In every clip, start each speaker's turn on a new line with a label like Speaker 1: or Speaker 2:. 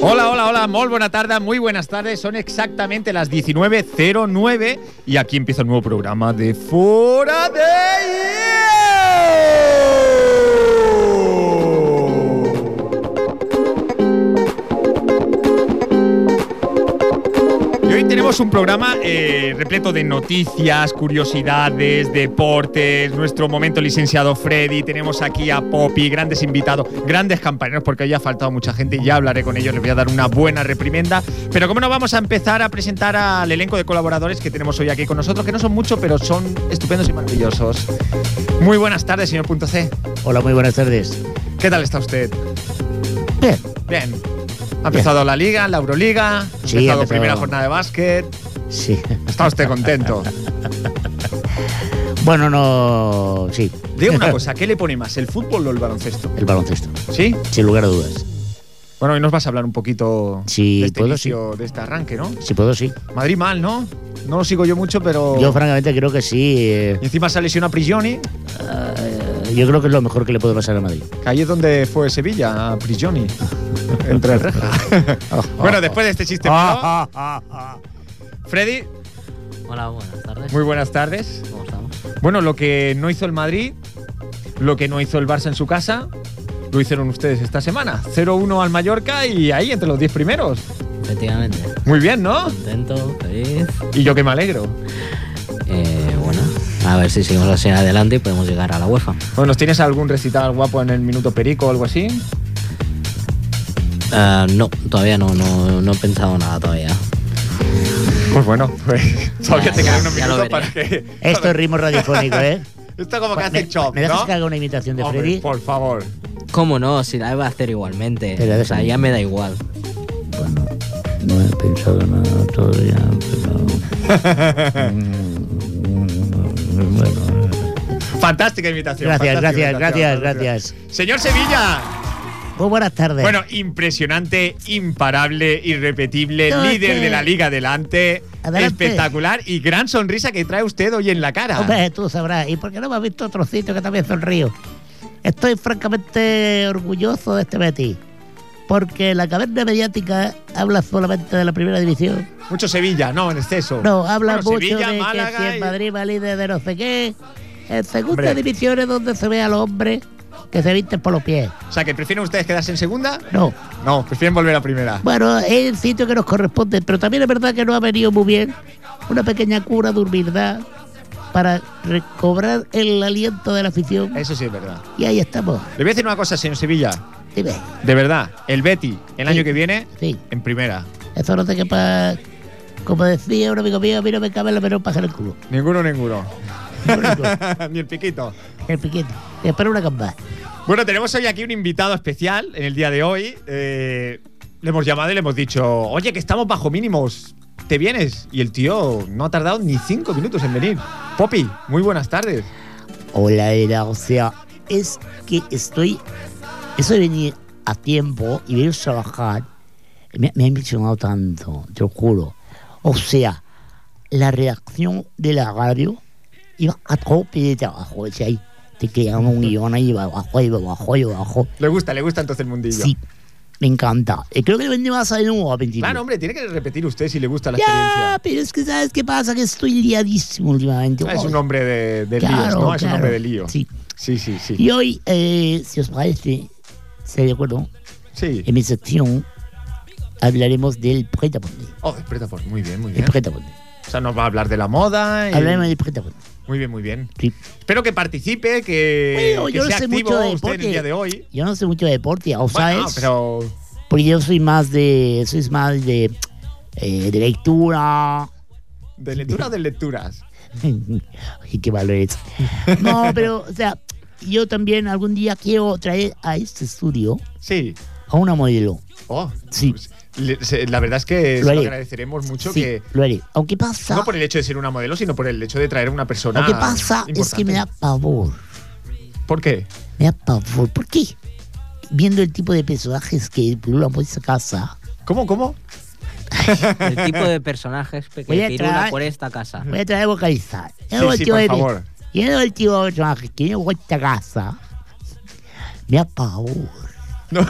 Speaker 1: Hola, hola, hola, Mol, buena tarde, muy buenas tardes. Son exactamente las 19.09 y aquí empieza el nuevo programa de Fora de Hierro. Y hoy tenemos un programa eh, repleto de noticias, curiosidades, deportes, nuestro momento licenciado Freddy, tenemos aquí a Poppy, grandes invitados, grandes campaneros, porque hoy ha faltado mucha gente y ya hablaré con ellos, les voy a dar una buena reprimenda. Pero como no vamos a empezar a presentar al elenco de colaboradores que tenemos hoy aquí con nosotros, que no son muchos, pero son estupendos y maravillosos. Muy buenas tardes, señor Punto C.
Speaker 2: Hola, muy buenas tardes.
Speaker 1: ¿Qué tal está usted?
Speaker 2: Bien.
Speaker 1: Bien. Ha empezado la liga, la Euroliga, ha
Speaker 2: Sí, ha
Speaker 1: empezado
Speaker 2: empezado.
Speaker 1: primera jornada de básquet.
Speaker 2: Sí.
Speaker 1: ¿Está usted contento?
Speaker 2: Bueno, no. Sí.
Speaker 1: Digo una cosa, ¿qué le pone más, el fútbol o el baloncesto?
Speaker 2: El baloncesto,
Speaker 1: ¿Sí?
Speaker 2: sin lugar a dudas.
Speaker 1: Bueno, hoy nos vas a hablar un poquito
Speaker 2: Sí,
Speaker 1: de, este
Speaker 2: puedo,
Speaker 1: inicio, de este arranque, ¿no?
Speaker 2: Si puedo, sí.
Speaker 1: Madrid mal, ¿no? No lo sigo yo mucho, pero...
Speaker 2: Yo, francamente, creo que sí. eh,
Speaker 1: y encima se lesiona Prigioni,
Speaker 2: yo creo que es lo mejor que le puede pasar a Madrid.
Speaker 1: que ahí es donde fue Sevilla, a Prigioni, entre rejas.
Speaker 2: Oh,
Speaker 1: bueno, después de este chiste,
Speaker 2: Ah,
Speaker 1: malo, Freddy,
Speaker 3: Hola, buenas tardes.
Speaker 1: muy buenas tardes.
Speaker 3: ¿Cómo estamos?
Speaker 1: Bueno, lo que no hizo el Madrid, lo que no hizo el Barça en su casa, lo hicieron ustedes esta semana. 0-1 al Mallorca y ahí entre los 10 primeros.
Speaker 3: Efectivamente.
Speaker 1: Muy bien, ¿no?
Speaker 3: Contento, feliz.
Speaker 1: Y yo que me alegro.
Speaker 3: Eh, bueno, a ver si seguimos así adelante y podemos llegar a la UEFA.
Speaker 1: Bueno, ¿nos ¿tienes algún recital guapo en el minuto perico o algo así?
Speaker 3: Ah, no, todavía no, no, no he pensado nada todavía.
Speaker 1: Pues bueno, pues todavía
Speaker 3: Ya,
Speaker 1: te
Speaker 3: ya,
Speaker 1: quedan unos
Speaker 3: ya lo
Speaker 1: minutos para
Speaker 3: veré.
Speaker 1: que.
Speaker 2: Esto es ritmo radiofónico, ¿eh?
Speaker 1: Esto como que hace
Speaker 2: ¿Me,
Speaker 1: chop,
Speaker 2: ¿me dejas
Speaker 1: ¿no?
Speaker 2: que haga una imitación de
Speaker 1: Hombre, pues,
Speaker 2: Freddy?
Speaker 1: por favor.
Speaker 3: ¿Cómo no? Si la iba a hacer igualmente.
Speaker 2: Te la
Speaker 3: O sea,
Speaker 2: dejo.
Speaker 3: ya me da igual.
Speaker 2: Bueno, no he pensado nada todavía, pero. Mm, bueno.
Speaker 1: Fantástica invitación. fantástica
Speaker 2: Gracias,
Speaker 1: invitación,
Speaker 2: gracias, gracias,
Speaker 1: fantástica.
Speaker 2: gracias.
Speaker 1: Señor Sevilla.
Speaker 2: Muy buenas tardes.
Speaker 1: Bueno, impresionante, imparable, irrepetible,
Speaker 2: No, es
Speaker 1: líder
Speaker 2: que-
Speaker 1: de la liga adelante,
Speaker 2: Adelante.
Speaker 1: espectacular y gran sonrisa que trae usted hoy en la cara.
Speaker 2: Hombre, tú sabrás. ¿Y por qué no me has visto otro sitio que también sonrío? Estoy francamente orgulloso de este Betis. Porque la caverna mediática habla solamente de la primera división.
Speaker 1: Mucho Sevilla, no, en exceso.
Speaker 2: No, habla
Speaker 1: Bueno,
Speaker 2: mucho
Speaker 1: Sevilla,
Speaker 2: de
Speaker 1: Málaga
Speaker 2: que si
Speaker 1: y-
Speaker 2: en Madrid va líder de no sé qué. En segunda
Speaker 1: Hombre.
Speaker 2: división es donde se ve a los hombres que se visten por los pies.
Speaker 1: O sea, que prefieren ustedes quedarse en segunda.
Speaker 2: No.
Speaker 1: No, prefieren volver a primera.
Speaker 2: Bueno, es el sitio que nos corresponde. Pero también es verdad que no ha venido muy bien una pequeña cura de humildad para recobrar el aliento de la afición.
Speaker 1: Eso sí es verdad.
Speaker 2: Y ahí estamos.
Speaker 1: Le voy a decir una cosa, señor Sevilla.
Speaker 2: Dime.
Speaker 1: De verdad, el Betty, el
Speaker 2: Sí.
Speaker 1: año que viene,
Speaker 2: Sí.
Speaker 1: en primera.
Speaker 2: Eso no te quepa. Como decía un amigo mío, a mí no me cabe la menor paja en el culo.
Speaker 1: Ninguno, ninguno.
Speaker 2: El
Speaker 1: Ni el piquito.
Speaker 2: piquete. Y espero una gamba.
Speaker 1: Bueno, tenemos hoy aquí un invitado especial en el día de hoy. Eh, le hemos llamado y le hemos dicho, oye, que estamos bajo mínimos, ¿te vienes? Y el tío no ha tardado ni cinco minutos en venir. Poppy, muy buenas tardes.
Speaker 2: Hola, era, o sea, es que estoy. Eso de venir a tiempo y venir a trabajar me, me ha impresionado tanto, te lo juro. O sea, la redacción de la radio iba a tope de trabajo. O sea, ahí te quedaban un guión ahí, va abajo, ahí, va abajo, ahí, va abajo.
Speaker 1: Le gusta, le gusta entonces el mundillo.
Speaker 2: Sí, me encanta. Y creo que le más a nuevo a 22.
Speaker 1: Claro, hombre, tiene que repetir usted si le gusta la
Speaker 2: Ya,
Speaker 1: experiencia.
Speaker 2: pero es que ¿sabes qué pasa? Que estoy liadísimo últimamente.
Speaker 1: Ah, Es un
Speaker 2: Ay,
Speaker 1: hombre de, de
Speaker 2: claro,
Speaker 1: líos, ¿no? Es un
Speaker 2: claro.
Speaker 1: hombre de lío.
Speaker 2: Sí.
Speaker 1: sí, sí. Sí,
Speaker 2: Y hoy, eh, si os parece, ¿se de acuerdo?
Speaker 1: sí.
Speaker 2: En mi sección hablaremos del pretaponde.
Speaker 1: Oh, preta, pues muy bien, muy
Speaker 2: El
Speaker 1: bien.
Speaker 2: pretaponde.
Speaker 1: O sea, nos va a hablar de la moda. y-
Speaker 2: Hablaremos del pretaponde.
Speaker 1: Muy bien, muy bien.
Speaker 2: Sí.
Speaker 1: Espero que participe, que,
Speaker 2: Bueno,
Speaker 1: que
Speaker 2: yo no
Speaker 1: sea
Speaker 2: sé
Speaker 1: activo
Speaker 2: mucho de
Speaker 1: usted en el
Speaker 2: deporte.
Speaker 1: día de hoy.
Speaker 2: Yo no sé mucho de deporte, ¿o sabes?
Speaker 1: Bueno, pero
Speaker 2: Porque yo soy más de, soy más de, eh, de lectura.
Speaker 1: de lectura o de lecturas.
Speaker 2: Ay, qué malo eres. No, pero, o sea, yo también algún día quiero traer a este estudio
Speaker 1: Sí.
Speaker 2: a una modelo.
Speaker 1: Oh,
Speaker 2: Sí.
Speaker 1: pues, le- se- la verdad es que
Speaker 2: Lo
Speaker 1: se lo
Speaker 2: haré.
Speaker 1: agradeceremos mucho
Speaker 2: sí,
Speaker 1: que
Speaker 2: lo haré. Aunque pasa,
Speaker 1: no por el hecho de ser una modelo, sino por el hecho de traer una persona.
Speaker 2: lo que pasa es que me da
Speaker 1: importante.
Speaker 2: pavor.
Speaker 1: ¿Por qué?
Speaker 2: Me da pavor. ¿Por qué? Viendo el tipo de personajes que pululan por esa casa.
Speaker 1: ¿Cómo, cómo?
Speaker 3: El tipo de personajes que
Speaker 2: Voy a
Speaker 3: pirula
Speaker 2: entrar.
Speaker 3: por esta casa.
Speaker 2: Voy a traer vocalizar.
Speaker 1: Sí, sí, por favor.
Speaker 2: Viendo el tipo de personajes que vienen por esta casa. Me da pavor.
Speaker 1: No,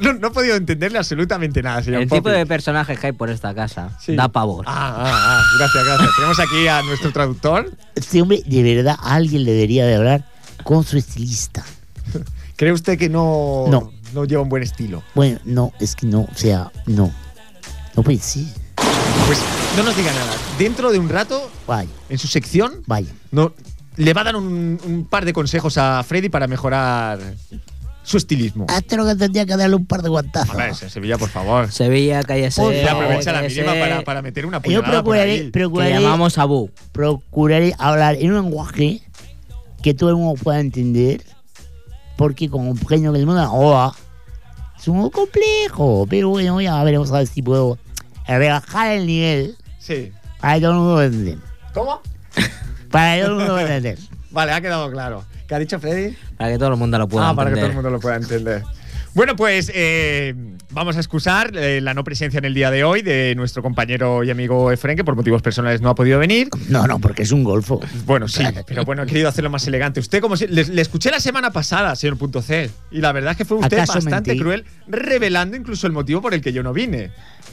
Speaker 1: no, no he podido entenderle absolutamente nada, señor
Speaker 3: El tipo
Speaker 1: Poppy.
Speaker 3: de personajes que hay por esta casa
Speaker 1: Sí.
Speaker 3: da pavor.
Speaker 1: Ah, ah, ah, gracias, gracias. Tenemos aquí a nuestro traductor.
Speaker 2: Este hombre, de verdad, alguien le debería de hablar con su estilista.
Speaker 1: ¿Cree usted que no,
Speaker 2: No.
Speaker 1: lleva un buen estilo?
Speaker 2: Bueno, no, es que no, o sea, no. No puede ser.
Speaker 1: Pues no nos diga nada. Dentro de un rato,
Speaker 2: Vaya,
Speaker 1: en su sección,
Speaker 2: vaya.
Speaker 1: no, le va a dar un, un par de consejos a Freddy para mejorar su estilismo.
Speaker 2: A este lo que tendría que darle un par de guantazos.
Speaker 1: A ver, Sevilla, por favor.
Speaker 3: Sevilla, cállese.
Speaker 2: Oye,
Speaker 1: Ya aprovecha la
Speaker 3: cállese,
Speaker 1: mínima para, para meter una
Speaker 2: Yo
Speaker 1: puñalada por
Speaker 2: procuraré,
Speaker 1: ahí.
Speaker 3: Que
Speaker 2: procuraré,
Speaker 3: llamamos a Bu.
Speaker 2: procuraré hablar en un lenguaje que todo el mundo pueda entender, porque como un pequeño que el mundo ahora es un poco complejo, pero bueno, ya veremos a ver si puedo rebajar el nivel
Speaker 1: Sí.
Speaker 2: para que todo el mundo lo entienda.
Speaker 1: ¿Cómo?
Speaker 2: Para que todo el mundo lo entienda.
Speaker 1: Vale, ha quedado claro. ¿Qué ha dicho Freddy?
Speaker 3: Para que todo el mundo lo pueda
Speaker 1: ah, para que todo el
Speaker 3: entender.
Speaker 1: mundo lo pueda entender. Bueno, pues eh, vamos a excusar eh, la no presencia en el día de hoy de nuestro compañero y amigo Efren, que por motivos personales no ha podido venir.
Speaker 2: No, no, porque es un golfo.
Speaker 1: Bueno, sí, pero bueno, he querido hacerlo más elegante. Usted, como si, le, le escuché la semana pasada, señor Punto C, y la verdad es que fue usted
Speaker 2: ¿Acaso
Speaker 1: bastante
Speaker 2: mentí?
Speaker 1: cruel, revelando incluso el motivo por el que yo no vine.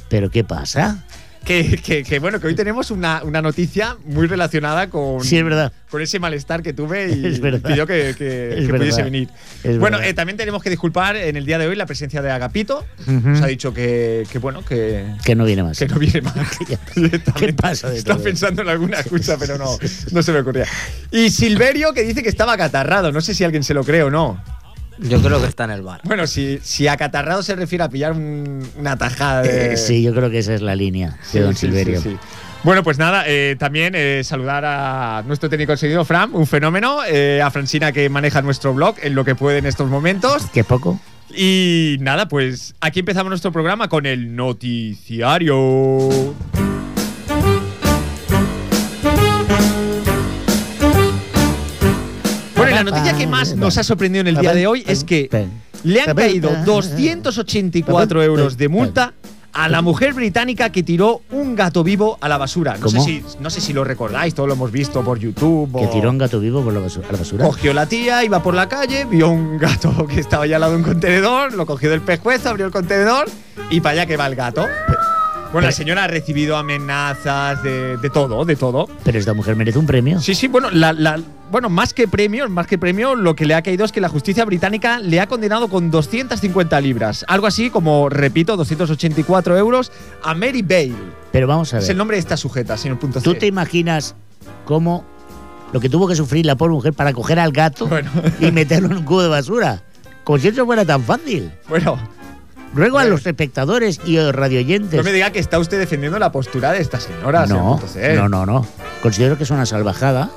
Speaker 2: ¿Pero qué pasa?
Speaker 1: Que, que- que, bueno, que hoy tenemos una, una noticia muy relacionada con,
Speaker 2: Sí, es verdad.
Speaker 1: con ese malestar que tuve y
Speaker 2: Es verdad.
Speaker 1: pidió que, que-
Speaker 2: Es
Speaker 1: que pudiese
Speaker 2: verdad.
Speaker 1: venir.
Speaker 2: Es
Speaker 1: bueno,
Speaker 2: verdad.
Speaker 1: eh, también tenemos que disculpar en el día de hoy la presencia de Agapito.
Speaker 2: Ujú.
Speaker 1: Nos ha dicho que, que, bueno, que,
Speaker 2: Que no viene más.
Speaker 1: que no viene más.
Speaker 2: Que ya está.
Speaker 1: Directamente.
Speaker 2: ¿Qué pasa de
Speaker 1: Estaba
Speaker 2: todo?
Speaker 1: pensando en alguna excusa, pero no, no se me ocurría. Y Silverio, que dice que estaba acatarrado. No sé si alguien se lo cree o no.
Speaker 3: Yo creo que está en el bar.
Speaker 1: Bueno, si, si acatarrado se refiere a pillar un- una tajada de.
Speaker 2: Eh, sí, yo creo que esa es la línea de
Speaker 1: Sí,
Speaker 2: Don
Speaker 1: sí,
Speaker 2: Silverio.
Speaker 1: sí, sí. Bueno, pues nada, eh, también eh, saludar a nuestro técnico seguido, Fran, un fenómeno, eh, a Francina que maneja nuestro blog en lo que puede en estos momentos.
Speaker 2: ¿Qué poco?
Speaker 1: Y nada, pues aquí empezamos nuestro programa con el noticiario. Bueno, y la noticia que más nos ha sorprendido en el día de hoy
Speaker 2: eh,
Speaker 1: es que le han caído 284 euros de multa a la mujer británica que tiró un gato vivo a la basura. No, sé
Speaker 2: ¿Cómo?
Speaker 1: si, no sé si lo recordáis, todo lo hemos visto por YouTube.
Speaker 2: Que
Speaker 1: o-
Speaker 2: tiró un gato vivo por la basura. a la basura.
Speaker 1: Cogió la tía, iba por la calle, vio un gato que estaba ya al lado de un contenedor, lo cogió del pescuezo, abrió el contenedor y para allá que va el gato. Bueno, la señora ha recibido amenazas de, de todo, de todo.
Speaker 2: Pero esta mujer merece un premio.
Speaker 1: Sí, sí, bueno, la- la- bueno, más que premios, más que premio, lo que le ha caído es que la justicia británica le ha condenado con 250 libras, algo así como, repito, 284 euros a Mary Bale.
Speaker 2: Pero vamos a
Speaker 1: Es el
Speaker 2: ver.
Speaker 1: nombre de esta sujeta, señor punto
Speaker 2: ¿Tú
Speaker 1: C.
Speaker 2: te imaginas cómo lo que tuvo que sufrir la pobre mujer para coger al gato
Speaker 1: Bueno.
Speaker 2: y meterlo en un cubo de basura? Como si eso fuera tan fácil.
Speaker 1: Bueno,
Speaker 2: Ruego a
Speaker 1: Bueno.
Speaker 2: los espectadores y radioyentes.
Speaker 1: no me diga que está usted defendiendo la postura de esta señora, señor
Speaker 2: No,
Speaker 1: punto C.
Speaker 2: no, no, no. Considero que es una salvajada,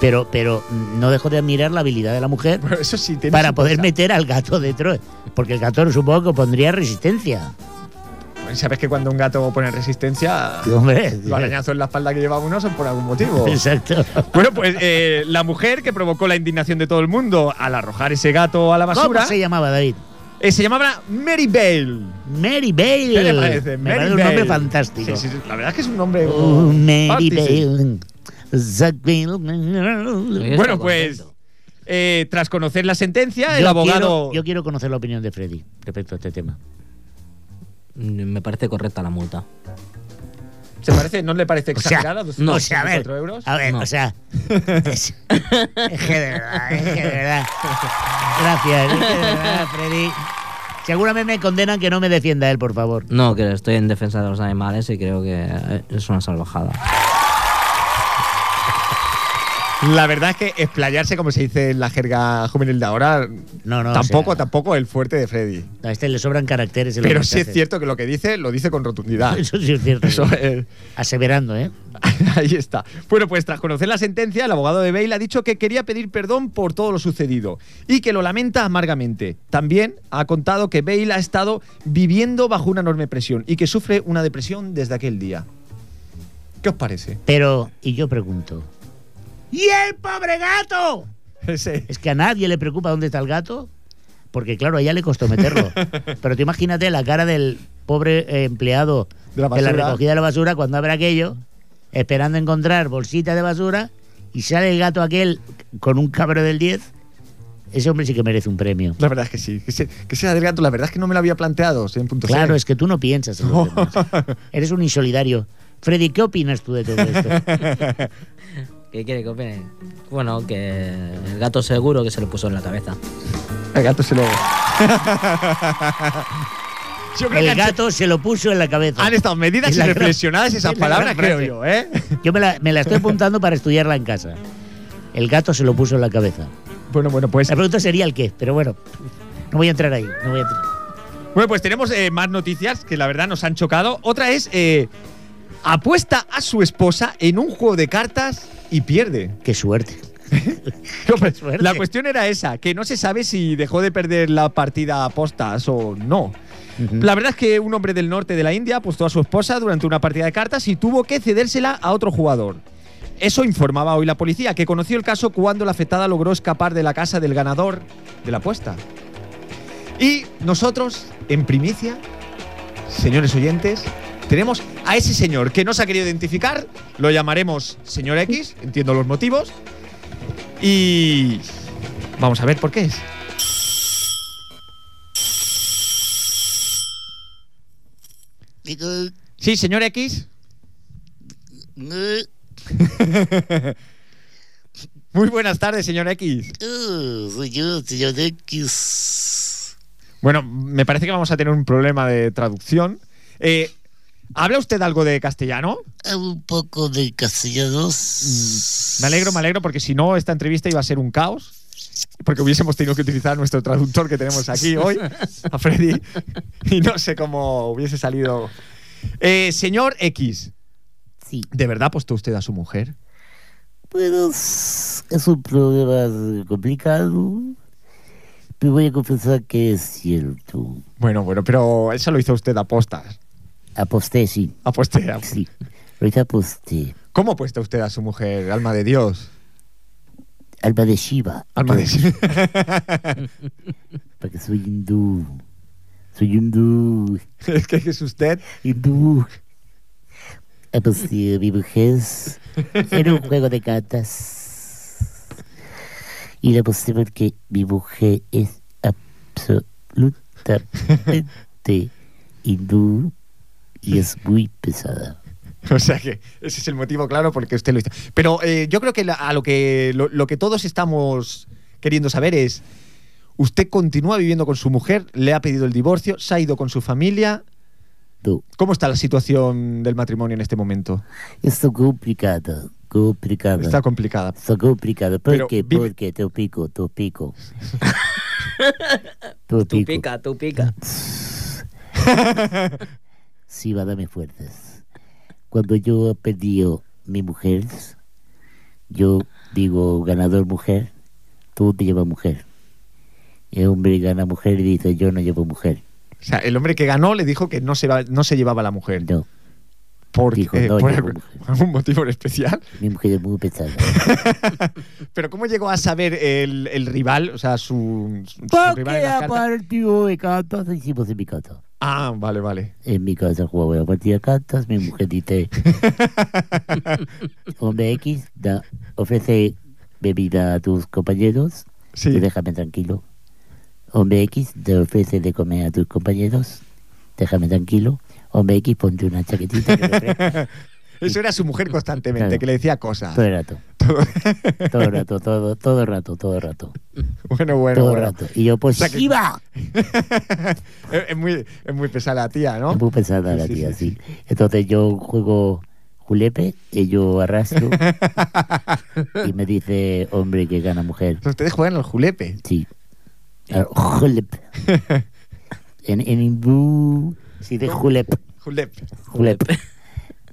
Speaker 2: pero, pero no dejo de admirar la habilidad de la mujer
Speaker 1: Bueno, eso sí, tiene
Speaker 2: para
Speaker 1: su
Speaker 2: poder
Speaker 1: cosa.
Speaker 2: meter al gato dentro. Porque el gato supongo que pondría resistencia.
Speaker 1: Bueno, Sabes que cuando un gato pone resistencia,
Speaker 2: Y, Hombre,
Speaker 1: los arañazos en la espalda que lleva uno son por algún motivo.
Speaker 2: exacto.
Speaker 1: bueno, pues eh, la mujer que provocó la indignación de todo el mundo al arrojar ese gato a la
Speaker 2: ¿Cómo
Speaker 1: basura
Speaker 2: se llamaba David?
Speaker 1: eh, se llamaba Mary Bale.
Speaker 2: Mary Bale.
Speaker 1: ¿Qué le parece?
Speaker 2: Me
Speaker 1: Mary
Speaker 2: parece un
Speaker 1: Bale.
Speaker 2: nombre fantástico.
Speaker 1: Sí, sí, sí, la verdad es que es un nombre.
Speaker 2: Oh, Mary
Speaker 1: party, sí.
Speaker 2: Bale. Zac Bale.
Speaker 3: Yo
Speaker 1: Bueno,
Speaker 3: estoy
Speaker 1: pues
Speaker 3: contento.
Speaker 1: eh, tras conocer la sentencia, el
Speaker 2: Yo
Speaker 1: abogado.
Speaker 2: quiero- yo quiero conocer la opinión de Freddy respecto a este tema.
Speaker 3: Mm, Me parece correcta la multa.
Speaker 1: ¿Se parece? ¿No le parece
Speaker 2: O sea,
Speaker 1: exagerada?
Speaker 2: no, o sea, a ver,
Speaker 1: 254 euros.
Speaker 2: a ver,
Speaker 3: No.
Speaker 2: o sea, es, es que de verdad, es que de verdad. Gracias, es que de verdad, Freddy. Seguramente me condenan que no me defienda él, por favor.
Speaker 3: No, que estoy en defensa de los animales y creo que eh, es una salvajada.
Speaker 1: La verdad es que explayarse, como se dice en la jerga juvenil de ahora,
Speaker 2: No, no. o
Speaker 1: tampoco,
Speaker 2: sea,
Speaker 1: tampoco el fuerte de Freddy.
Speaker 2: A este le sobran caracteres. en lo
Speaker 1: Pero
Speaker 2: que
Speaker 1: sí es
Speaker 2: hace. Ah,
Speaker 1: cierto que lo que dice, lo dice con rotundidad.
Speaker 2: Eso sí es cierto.
Speaker 1: Eso, eh,
Speaker 2: Aseverando, ¿eh?
Speaker 1: ahí está. Bueno, pues tras conocer la sentencia, el abogado de Bale ha dicho que quería pedir perdón por todo lo sucedido y que lo lamenta amargamente. También ha contado que Bale ha estado viviendo bajo una enorme presión y que sufre una depresión desde aquel día. ¿Qué os parece?
Speaker 2: Pero, y yo pregunto. ¿Y el pobre gato?
Speaker 1: Ese-
Speaker 2: Es que a nadie le preocupa dónde está el gato, porque claro, a ella le costó meterlo. Pero tú imagínate la cara del pobre eh, empleado
Speaker 1: De la basura.
Speaker 2: recogida de la basura cuando abre aquello, esperando encontrar bolsitas de basura, y sale el gato aquel con un cabreo del 10 Ese hombre sí que merece un premio.
Speaker 1: La verdad es que sí. Que, se, que sea del gato, la verdad es que no me lo había planteado. Soy en punto
Speaker 2: Claro,
Speaker 1: C.
Speaker 2: es que tú no piensas en los demás. Eres un insolidario. Freddy, ¿qué opinas tú de todo esto?
Speaker 3: ¿Qué quiere que opine? Bueno, que el gato seguro que se lo puso en la cabeza.
Speaker 1: El gato se lo. Yo creo que
Speaker 2: El
Speaker 1: han-
Speaker 2: gato se lo puso en la cabeza.
Speaker 1: han estado medidas
Speaker 2: Es
Speaker 1: y
Speaker 2: la gran-
Speaker 1: reflexionadas esas
Speaker 2: es la
Speaker 1: palabras,
Speaker 2: gran
Speaker 1: creo
Speaker 2: frase.
Speaker 1: yo, ¿eh?
Speaker 2: Yo me la, me la estoy apuntando para estudiarla en casa. El gato se lo puso en la cabeza.
Speaker 1: Bueno, bueno, pues.
Speaker 2: La pregunta sería el qué, pero bueno, no voy a entrar ahí. No voy a entrar.
Speaker 1: Bueno, pues tenemos eh, más noticias que la verdad nos han chocado. Otra es. eh, apuesta a su esposa en un juego de cartas y pierde.
Speaker 2: Qué suerte.
Speaker 1: No, pero
Speaker 2: suerte.
Speaker 1: La cuestión era esa, que no se sabe si dejó de perder la partida a postas o no.
Speaker 2: Ujú.
Speaker 1: La verdad es que un hombre del norte de la India apostó a su esposa durante una partida de cartas y tuvo que cedérsela a otro jugador. Eso informaba hoy la policía, que conoció el caso cuando la afectada logró escapar de la casa del ganador de la apuesta. Y nosotros, en primicia, señores oyentes, tenemos a ese señor que no se ha querido identificar, lo llamaremos señor X, entiendo los motivos, y vamos a ver por qué es. Sí, señor X. Muy buenas tardes, señor X.
Speaker 2: Soy yo, señor X.
Speaker 1: Bueno, me parece que vamos a tener un problema de traducción. Eh, ¿Habla usted algo de castellano?
Speaker 2: Un poco de castellanos.
Speaker 1: Me alegro, me alegro, porque si no, esta entrevista iba a ser un caos. Porque hubiésemos tenido que utilizar nuestro traductor que tenemos aquí hoy, a Freddy. Y no sé cómo hubiese salido. Eh, señor X,
Speaker 2: Sí.
Speaker 1: ¿de verdad apostó usted a su mujer?
Speaker 2: Bueno, es un problema complicado. Pero voy a confesar que es cierto.
Speaker 1: Bueno, bueno, pero eso lo hizo usted a postas.
Speaker 2: Aposté, sí.
Speaker 1: Aposté. a-
Speaker 2: Sí. Ahorita aposté.
Speaker 1: ¿Cómo apuesta usted a su mujer, alma de Dios?
Speaker 2: Alma de Shiva.
Speaker 1: Alma de
Speaker 2: Porque soy hindú. Soy hindú.
Speaker 1: Es que es usted.
Speaker 2: Hindú. Aposté a mi mujer en un juego de cartas. Y la aposté porque mi mujer es absolutamente hindú y es muy pesada.
Speaker 1: O sea que ese es el motivo claro porque usted lo hizo. Pero eh, yo creo que la- a lo que lo, lo que todos estamos queriendo saber es, ¿usted continúa viviendo con su mujer? ¿Le ha pedido el divorcio? ¿Se ha ido con su familia?
Speaker 2: No,
Speaker 1: ¿Cómo está la situación del matrimonio en este momento?
Speaker 2: está complicada. Complicada.
Speaker 1: Está complicada.
Speaker 2: Está complicado. ¿Por
Speaker 1: Pero
Speaker 2: qué?
Speaker 1: vive-
Speaker 2: Porque te pico, te pico. Te
Speaker 3: Tú
Speaker 2: pico.
Speaker 3: pica, tú pica.
Speaker 2: Sí, va, dame fuerzas. Cuando yo pedí mi mujer, yo digo ganador mujer, tú te llevas mujer. Y el hombre gana mujer y dice yo no llevo mujer.
Speaker 1: O sea, el hombre que ganó le dijo que no se, va- no se llevaba a la mujer.
Speaker 2: No,
Speaker 1: Por,
Speaker 2: Dijo,
Speaker 1: eh,
Speaker 2: no,
Speaker 1: por
Speaker 2: yo
Speaker 1: algún-
Speaker 2: como mujer.
Speaker 1: algún motivo en especial.
Speaker 2: mi mujer es muy pesada.
Speaker 1: Pero ¿cómo llegó a saber el, el rival? O sea, su, su- su rival en
Speaker 2: Porque
Speaker 1: las
Speaker 2: a
Speaker 1: cartas?
Speaker 2: partido de cartas hicimos en mi casa.
Speaker 1: Ah, vale, vale.
Speaker 2: En mi casa jugaba la partida de cartas, mi mujer dice hombre X da, ofrece bebida a tus compañeros
Speaker 1: Sí.
Speaker 2: Tú déjame tranquilo. Hombre X te ofrece de comer a tus compañeros. Déjame tranquilo. Hombre X, ponte una chaquetita que refresca.
Speaker 1: Eso era su mujer constantemente,
Speaker 2: Claro.
Speaker 1: que le decía cosas.
Speaker 2: Todo el rato. Todo el rato, todo, todo el rato, todo el rato.
Speaker 1: Bueno, bueno,
Speaker 2: Todo el
Speaker 1: bueno.
Speaker 2: rato. Y yo, pues,
Speaker 1: O sea que-
Speaker 2: ¡Iba!
Speaker 1: es, es muy, es muy pesada la tía, ¿no?
Speaker 2: Es muy pesada la
Speaker 1: Sí, sí,
Speaker 2: tía,
Speaker 1: sí,
Speaker 2: sí. Entonces yo juego julepe y yo arrastro. y me dice, hombre, que gana mujer.
Speaker 1: Ustedes juegan al julepe.
Speaker 2: Sí.
Speaker 1: Eh.
Speaker 2: Ah, Julep. En, en hindú sí de julep.
Speaker 1: Julepe.
Speaker 2: Julep.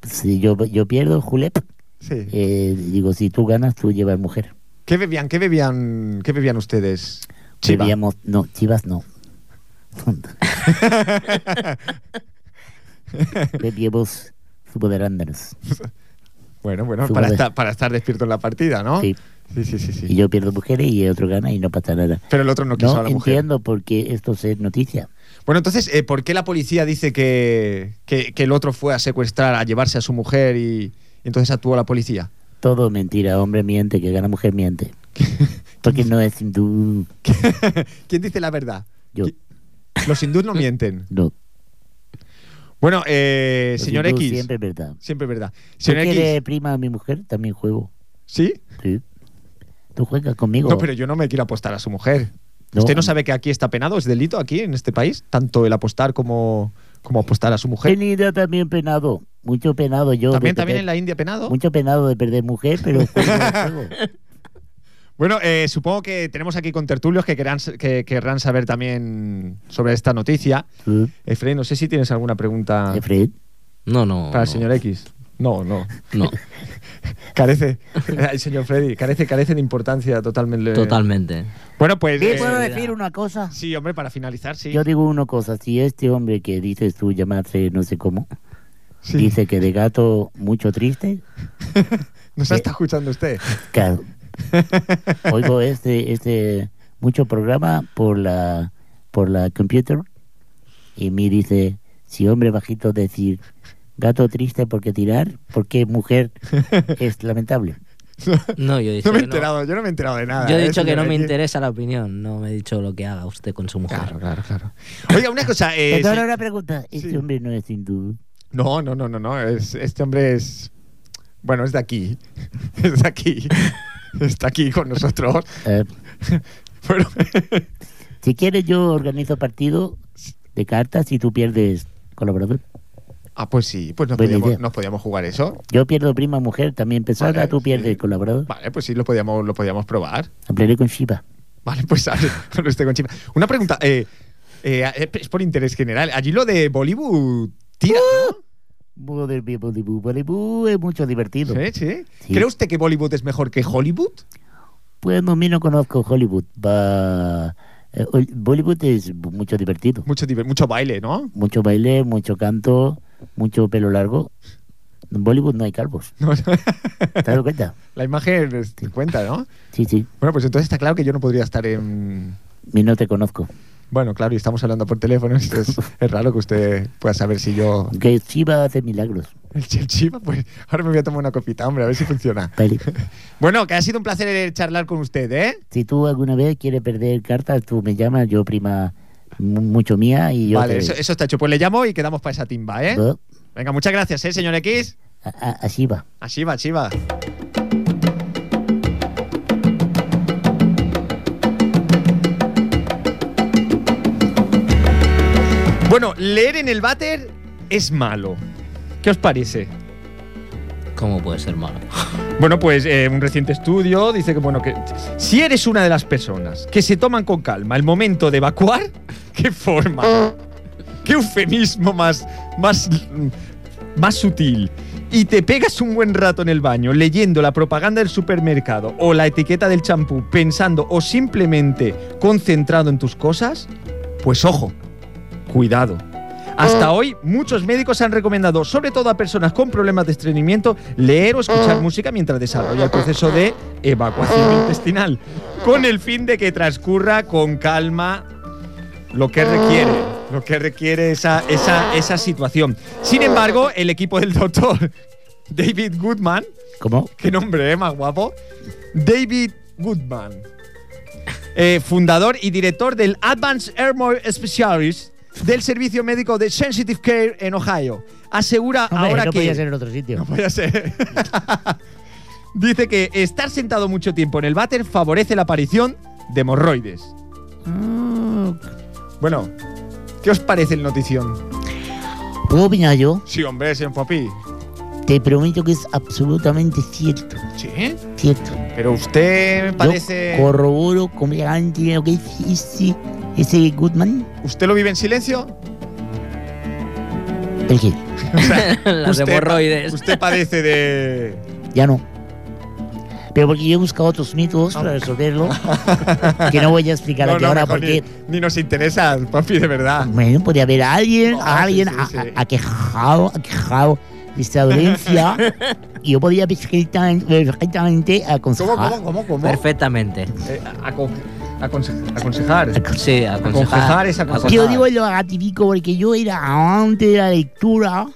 Speaker 2: Si yo, yo pierdo julep,
Speaker 1: Sí.
Speaker 2: eh, digo, si tú ganas, tú llevas mujer.
Speaker 1: ¿Qué bebían? ¿Qué bebían? ¿Qué bebían ustedes? Chiva.
Speaker 2: Bebíamos- no, chivas no. Bebíamos zumo de arándanos.
Speaker 1: Bueno, bueno,
Speaker 2: Zumo
Speaker 1: para
Speaker 2: de-
Speaker 1: estar, para estar despierto en la partida, ¿no?
Speaker 2: Sí.
Speaker 1: sí, sí, sí. sí.
Speaker 2: Y yo pierdo mujeres y el otro gana y no pasa nada.
Speaker 1: Pero el otro no quiso
Speaker 2: No
Speaker 1: a la mujer.
Speaker 2: entiendo por qué esto es noticia.
Speaker 1: Bueno, entonces, eh, ¿por qué la policía dice que, que, que el otro fue a secuestrar, a llevarse a su mujer y, y entonces actuó la policía?
Speaker 2: Todo mentira. Hombre miente, que gana mujer miente. Porque no es hindú.
Speaker 4: ¿Quién dice la verdad?
Speaker 2: Yo,
Speaker 4: ¿Qui- Los hindús no mienten.
Speaker 2: no.
Speaker 1: Bueno, eh,
Speaker 2: Los
Speaker 1: señor
Speaker 2: hindúes
Speaker 1: X.
Speaker 2: Siempre es verdad.
Speaker 4: Siempre verdad. Señor
Speaker 2: Porque
Speaker 4: X.
Speaker 2: eres prima de mi mujer, también juego.
Speaker 4: ¿Sí?
Speaker 2: Sí. Tú juegas conmigo.
Speaker 4: No, pero yo no me quiero apostar a su mujer.
Speaker 2: No.
Speaker 4: ¿Usted no sabe que aquí está penado? ¿Es delito aquí en este país? Tanto el apostar como, como apostar a su
Speaker 2: En
Speaker 4: mujer.
Speaker 2: India también penado. Mucho penado yo.
Speaker 4: También,
Speaker 2: de
Speaker 4: también
Speaker 2: perder-
Speaker 4: en la India penado.
Speaker 2: Mucho penado de perder mujer, pero juego, juego.
Speaker 1: Bueno, eh, supongo que tenemos aquí con tertulios que querrán, que querrán saber también sobre esta noticia.
Speaker 2: Sí.
Speaker 1: Efraín, no sé si tienes alguna pregunta
Speaker 4: Ah.
Speaker 2: Efraín,
Speaker 3: No, no.
Speaker 4: Para el
Speaker 3: no,
Speaker 4: señor X. No, no.
Speaker 3: No,
Speaker 4: Carece. El señor Freddy, carece, carece de importancia totalmente.
Speaker 3: totalmente.
Speaker 1: Bueno, pues.
Speaker 2: ¿Sí
Speaker 1: eh,
Speaker 2: puedo decir una cosa?
Speaker 1: sí, hombre, para finalizar, sí.
Speaker 2: Yo digo una cosa. Si este hombre que dices tú llamarse no sé cómo,
Speaker 4: Sí.
Speaker 2: dice que de gato mucho triste,
Speaker 4: Nos está escuchando usted.
Speaker 2: Claro. Oigo este, este mucho programa por la por la computer y me dice si hombre bajito decir gato triste porque tirar porque mujer es lamentable.
Speaker 3: No, yo he dicho
Speaker 4: No me he
Speaker 3: que
Speaker 4: enterado, yo no me he enterado de nada.
Speaker 3: Yo he
Speaker 4: ¿eh,
Speaker 3: dicho que
Speaker 4: señor
Speaker 3: no me
Speaker 4: X?
Speaker 3: interesa la opinión, no me he dicho lo que haga usted con su mujer.
Speaker 4: Claro, claro, claro. Oiga, una cosa. eh,
Speaker 2: Entonces
Speaker 4: se-
Speaker 2: ahora pregunta, este
Speaker 4: sí.
Speaker 2: hombre no es hindú.
Speaker 4: No, no, no, no, no. es- este hombre es. Bueno, es de aquí. Es de aquí. Está aquí con nosotros.
Speaker 2: Eh,
Speaker 4: Bueno,
Speaker 2: si quieres yo organizo partido de cartas y tú pierdes colaborador.
Speaker 4: ah, pues sí, pues nos
Speaker 2: Buena
Speaker 4: podíamos,
Speaker 2: idea.
Speaker 4: nos podíamos jugar eso.
Speaker 2: Yo pierdo prima mujer también pesada,
Speaker 4: Vale,
Speaker 2: tú
Speaker 4: sí.
Speaker 2: pierdes colaborador.
Speaker 4: Vale, pues sí, lo podíamos, lo podíamos probar.
Speaker 2: Hablaré con Shiva.
Speaker 4: Vale, pues hable con usted, con Chima. Una pregunta. eh, eh, es por interés general. Allí lo de Bollywood tira,
Speaker 2: Uh,
Speaker 4: ¿no?
Speaker 2: Boder, bi, bodi, bu, bodi, bu, es mucho divertido.
Speaker 4: Sí, sí.
Speaker 2: Sí.
Speaker 4: ¿Cree usted que Bollywood es mejor que Hollywood?
Speaker 2: Pues no, mí no conozco Hollywood. va- eh, Hol- Bollywood es bu- mucho divertido.
Speaker 4: Mucho, diver- mucho baile, ¿no?
Speaker 2: Mucho baile, mucho canto, mucho pelo largo. En Bollywood no hay calvos.
Speaker 4: No,
Speaker 2: ¿Te has dado cuenta?
Speaker 4: La imagen es- cuenta, ¿no?
Speaker 2: Sí, sí.
Speaker 4: Bueno, pues entonces está claro que yo no podría estar en,
Speaker 2: Mí no te conozco.
Speaker 4: Bueno, claro, y estamos hablando por teléfono, esto es, es raro que usted pueda saber si yo...
Speaker 2: Que Shiva hace milagros.
Speaker 4: El chi- el chiva, pues ahora me voy a tomar una copita, hombre, a ver si funciona.
Speaker 2: Vale.
Speaker 4: Bueno, que ha sido un placer charlar con usted, ¿eh?
Speaker 2: Si tú alguna vez quieres perder cartas, tú me llamas, yo prima mu- mucho mía y yo.
Speaker 4: Vale,
Speaker 2: te-
Speaker 4: eso, eso está hecho. Pues le llamo y quedamos para esa timba, ¿eh?
Speaker 2: ¿no?
Speaker 4: Venga, muchas gracias, ¿eh, señor X?
Speaker 2: A, a- a Shiva.
Speaker 4: A Shiva, a Shiva. Bueno, leer en el váter es malo. ¿Qué os parece?
Speaker 3: ¿Cómo puede ser malo?
Speaker 1: Bueno, pues eh, un reciente estudio dice que, bueno, que si eres una de las personas que se toman con calma el momento de evacuar, qué forma, qué eufemismo más, más, más sutil. Y te pegas un buen rato en el baño leyendo la propaganda del supermercado o la etiqueta del champú, pensando o simplemente concentrado en tus cosas, pues ojo, cuidado. Hasta hoy, muchos médicos han recomendado, sobre todo a personas con problemas de estreñimiento, leer o escuchar música mientras desarrolla el proceso de evacuación intestinal, con el fin de que transcurra con calma lo que requiere, lo que requiere esa, esa, esa situación. Sin embargo, el equipo del doctor David Goodman,
Speaker 2: ¿Cómo?
Speaker 1: qué nombre eh, más guapo, David Goodman, eh, fundador y director del Advanced Airmore Specialist del Servicio Médico de Sensitive Care en Ohio, asegura
Speaker 2: Hombre,
Speaker 1: ahora
Speaker 2: no
Speaker 1: que
Speaker 2: podía ser en otro sitio.
Speaker 1: no podía ser. Dice que estar sentado mucho tiempo en el váter favorece la aparición de hemorroides. Ah,
Speaker 2: Mm,
Speaker 4: Bueno,
Speaker 1: ¿Qué os parece el notición?
Speaker 2: ¿Puedo opinar yo?
Speaker 4: sí, hombre, señor Papi.
Speaker 2: Te prometo que es absolutamente cierto,
Speaker 4: Sí,
Speaker 2: cierto.
Speaker 4: pero usted me
Speaker 2: Yo
Speaker 4: parece...
Speaker 2: corroboro completamente lo que dice ese, ese Goodman.
Speaker 4: ¿Usted lo vive en silencio?
Speaker 2: ¿El qué?
Speaker 3: Las
Speaker 4: Usted-
Speaker 3: hemorroides.
Speaker 4: Usted padece de...
Speaker 2: Ya no. Pero porque yo he buscado otros mitos para resolverlo, que no voy a explicar aquí ahora
Speaker 4: mejor
Speaker 2: porque
Speaker 4: ni, ni nos interesa, papi, de verdad.
Speaker 2: bueno, podría haber alguien,
Speaker 4: No, sí,
Speaker 2: alguien
Speaker 4: sí,
Speaker 2: a-
Speaker 4: sí.
Speaker 2: a- aquejado, aquejado de esta dolencia y yo podría perfectamente, perfectamente
Speaker 4: ¿Cómo,
Speaker 2: aconsejar.
Speaker 1: Ah,
Speaker 4: cómo, cómo, cómo?
Speaker 3: Perfectamente.
Speaker 4: Eh, aco- aconse- aconsejar.
Speaker 3: Sí,
Speaker 4: Aconsejar
Speaker 3: aconsejar.
Speaker 4: es aconsejar.
Speaker 2: Yo digo lo ratifico porque yo era amante de la lectura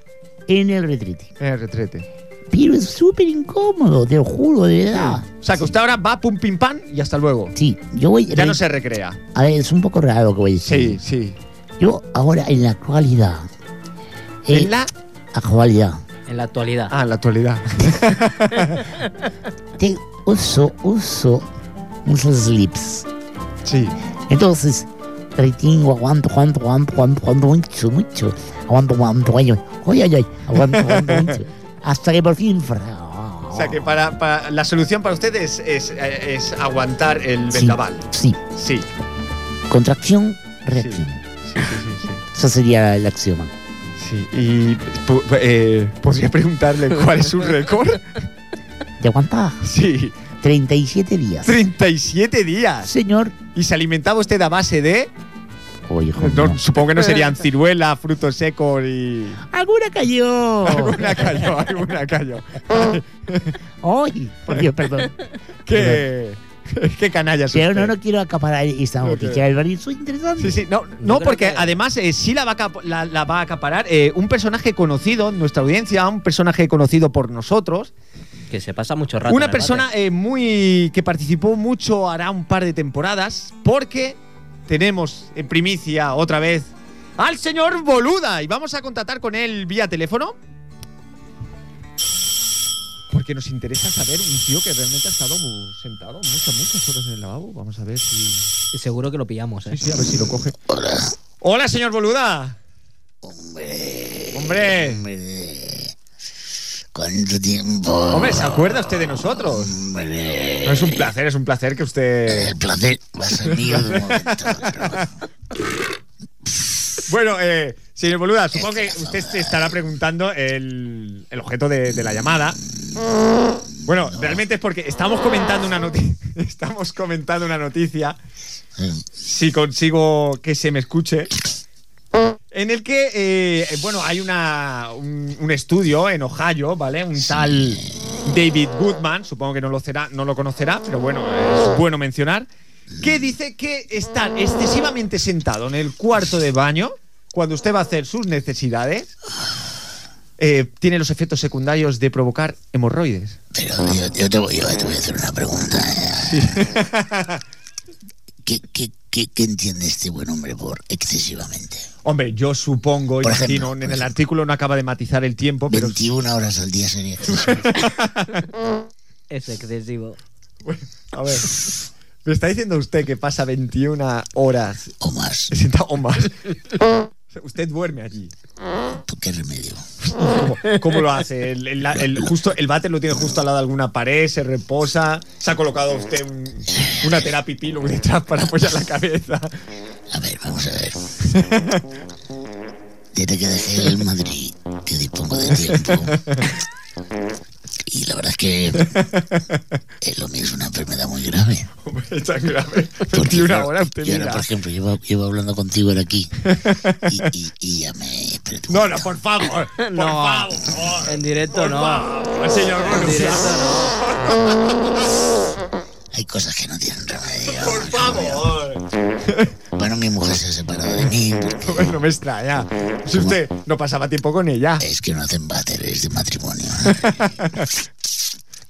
Speaker 2: en el retrete.
Speaker 4: Eh, retrete.
Speaker 2: Pero es súper incómodo, te lo juro, de verdad.
Speaker 1: O sea, que usted ahora va pum pim pam y hasta luego.
Speaker 2: Sí, yo voy.
Speaker 1: Ya no se recrea.
Speaker 2: A ver, es un poco raro lo que voy a
Speaker 4: Sí,
Speaker 2: decir.
Speaker 4: sí.
Speaker 2: Yo ahora en la actualidad. eh,
Speaker 1: En la.
Speaker 2: actualidad.
Speaker 3: En la actualidad.
Speaker 4: Ah, en la actualidad.
Speaker 2: Te uso, uso muchos slips.
Speaker 4: Sí.
Speaker 2: Entonces, retingo, aguanto, aguanto, aguanto, aguanto, aguanto mucho, mucho. Aguanto, aguanto, ay, ay, ay, ay, ay, aguanto, aguanto mucho. Hasta que por fin. fra-
Speaker 1: O sea, que para, para- la solución para usted es, es, eh, es aguantar el
Speaker 2: Sí,
Speaker 1: vendaval.
Speaker 2: Sí,
Speaker 1: Sí.
Speaker 2: contracción, reacción.
Speaker 4: Sí, sí, sí.
Speaker 2: Esa sería el axioma.
Speaker 4: Sí, sí. y pu- eh, podría preguntarle cuál es su récord.
Speaker 2: ¿Te aguantaba?
Speaker 4: Sí,
Speaker 2: 37 días.
Speaker 4: 37 días.
Speaker 2: Señor.
Speaker 1: ¿Y se alimentaba usted a base de.?
Speaker 2: Oye, hijo
Speaker 1: Eh,
Speaker 4: No,
Speaker 2: mío.
Speaker 4: supongo que no serían ciruela, frutos secos y.
Speaker 2: ¡Alguna cayó!
Speaker 4: Alguna cayó, alguna cayó.
Speaker 2: ¡Ay! Por Dios, perdón.
Speaker 4: ¿Qué, qué canalla es
Speaker 2: Pero no,
Speaker 4: usted.
Speaker 2: no quiero acaparar esta noticia. El barrio es interesante.
Speaker 1: Sí, sí, no,
Speaker 3: creo
Speaker 1: no porque
Speaker 3: que-
Speaker 1: además eh, sí la va a, acap- la, la va a acaparar eh, un personaje conocido en nuestra audiencia, un personaje conocido por nosotros,
Speaker 3: Que se pasa mucho rato. en
Speaker 1: una
Speaker 3: el
Speaker 1: persona eh, muy que participó mucho hará un par de temporadas, porque tenemos en primicia otra vez al señor Boluda y vamos a contactar con él vía teléfono. Porque nos interesa saber un tío que realmente ha estado mu- sentado muchas, muchas horas en el lavabo. Vamos a ver si.
Speaker 3: debate. Seguro que lo pillamos, ¿eh?
Speaker 4: Sí, sí, a ver si lo coge.
Speaker 1: Hola, señor Boluda. Hombre.
Speaker 2: ¿Cuánto tiempo?
Speaker 1: Hombre, ¿se acuerda usted de nosotros?
Speaker 2: Hombre,
Speaker 1: No, es un placer, es un placer que usted.
Speaker 2: el placer va a ser mío de un momento a otro.
Speaker 1: Bueno, eh, señor Boluda, supongo que usted se estará preguntando el, el objeto de, de la llamada. Bueno, realmente es porque estamos comentando una noticia. Estamos comentando una noticia. Si consigo que se me escuche. En el que, eh, bueno, hay una, un, un estudio en Ohio, ¿vale? Un tal David Goodman, supongo que no lo, será, no lo conocerá, pero bueno, es bueno mencionar, que dice que estar excesivamente sentado en el cuarto de baño, cuando usted va a hacer sus necesidades, eh, tiene los efectos secundarios de provocar hemorroides.
Speaker 2: Pero yo, yo te, voy, yo te voy a hacer una pregunta. ¿Qué, qué, qué, qué entiende este buen hombre por excesivamente?
Speaker 1: Hombre, yo supongo,
Speaker 2: Por ejemplo,
Speaker 1: imagino,
Speaker 2: por
Speaker 1: en el
Speaker 2: ejemplo.
Speaker 1: artículo no acaba de matizar el tiempo, Oh, pero
Speaker 2: 21 horas al día sería excesivo.
Speaker 3: Es excesivo.
Speaker 1: A ver. Me está diciendo usted que pasa 21 horas
Speaker 2: o más.
Speaker 1: sentado o más. O sea, Usted duerme allí.
Speaker 2: ¿Tú ¿Qué remedio?
Speaker 1: ¿Cómo, cómo lo hace? El, el- el- justo, el váter lo tiene justo al lado de alguna pared, se reposa. Se ha colocado usted un- una terapia pilo detrás para apoyar la cabeza.
Speaker 2: A ver, vamos a ver. Desde que dejé el Madrid, que dispongo de tiempo. Y la verdad es que eh, lo mío es una enfermedad muy grave.
Speaker 1: Hombre, es tan grave.
Speaker 2: Porque
Speaker 1: 21
Speaker 2: yo-
Speaker 1: horas usted
Speaker 2: yo ahora,
Speaker 1: mira.
Speaker 2: por ejemplo, llevo, llevo hablando contigo ahora aquí. Y, y, y ya me. espérate un
Speaker 1: No, no,
Speaker 2: momento.
Speaker 1: por favor. Por
Speaker 3: No.
Speaker 1: favor.
Speaker 3: En directo
Speaker 1: Por
Speaker 3: no.
Speaker 1: favor, señor
Speaker 3: En directo
Speaker 1: Boluda.
Speaker 3: no.
Speaker 2: Hay cosas que no tienen remedio.
Speaker 1: Por favor.
Speaker 2: Bueno, mi mujer se ha separado de mí porque
Speaker 1: Hombre, No me extraña. Si usted no pasaba tiempo con ella.
Speaker 2: es que no hacen váter, es de matrimonio.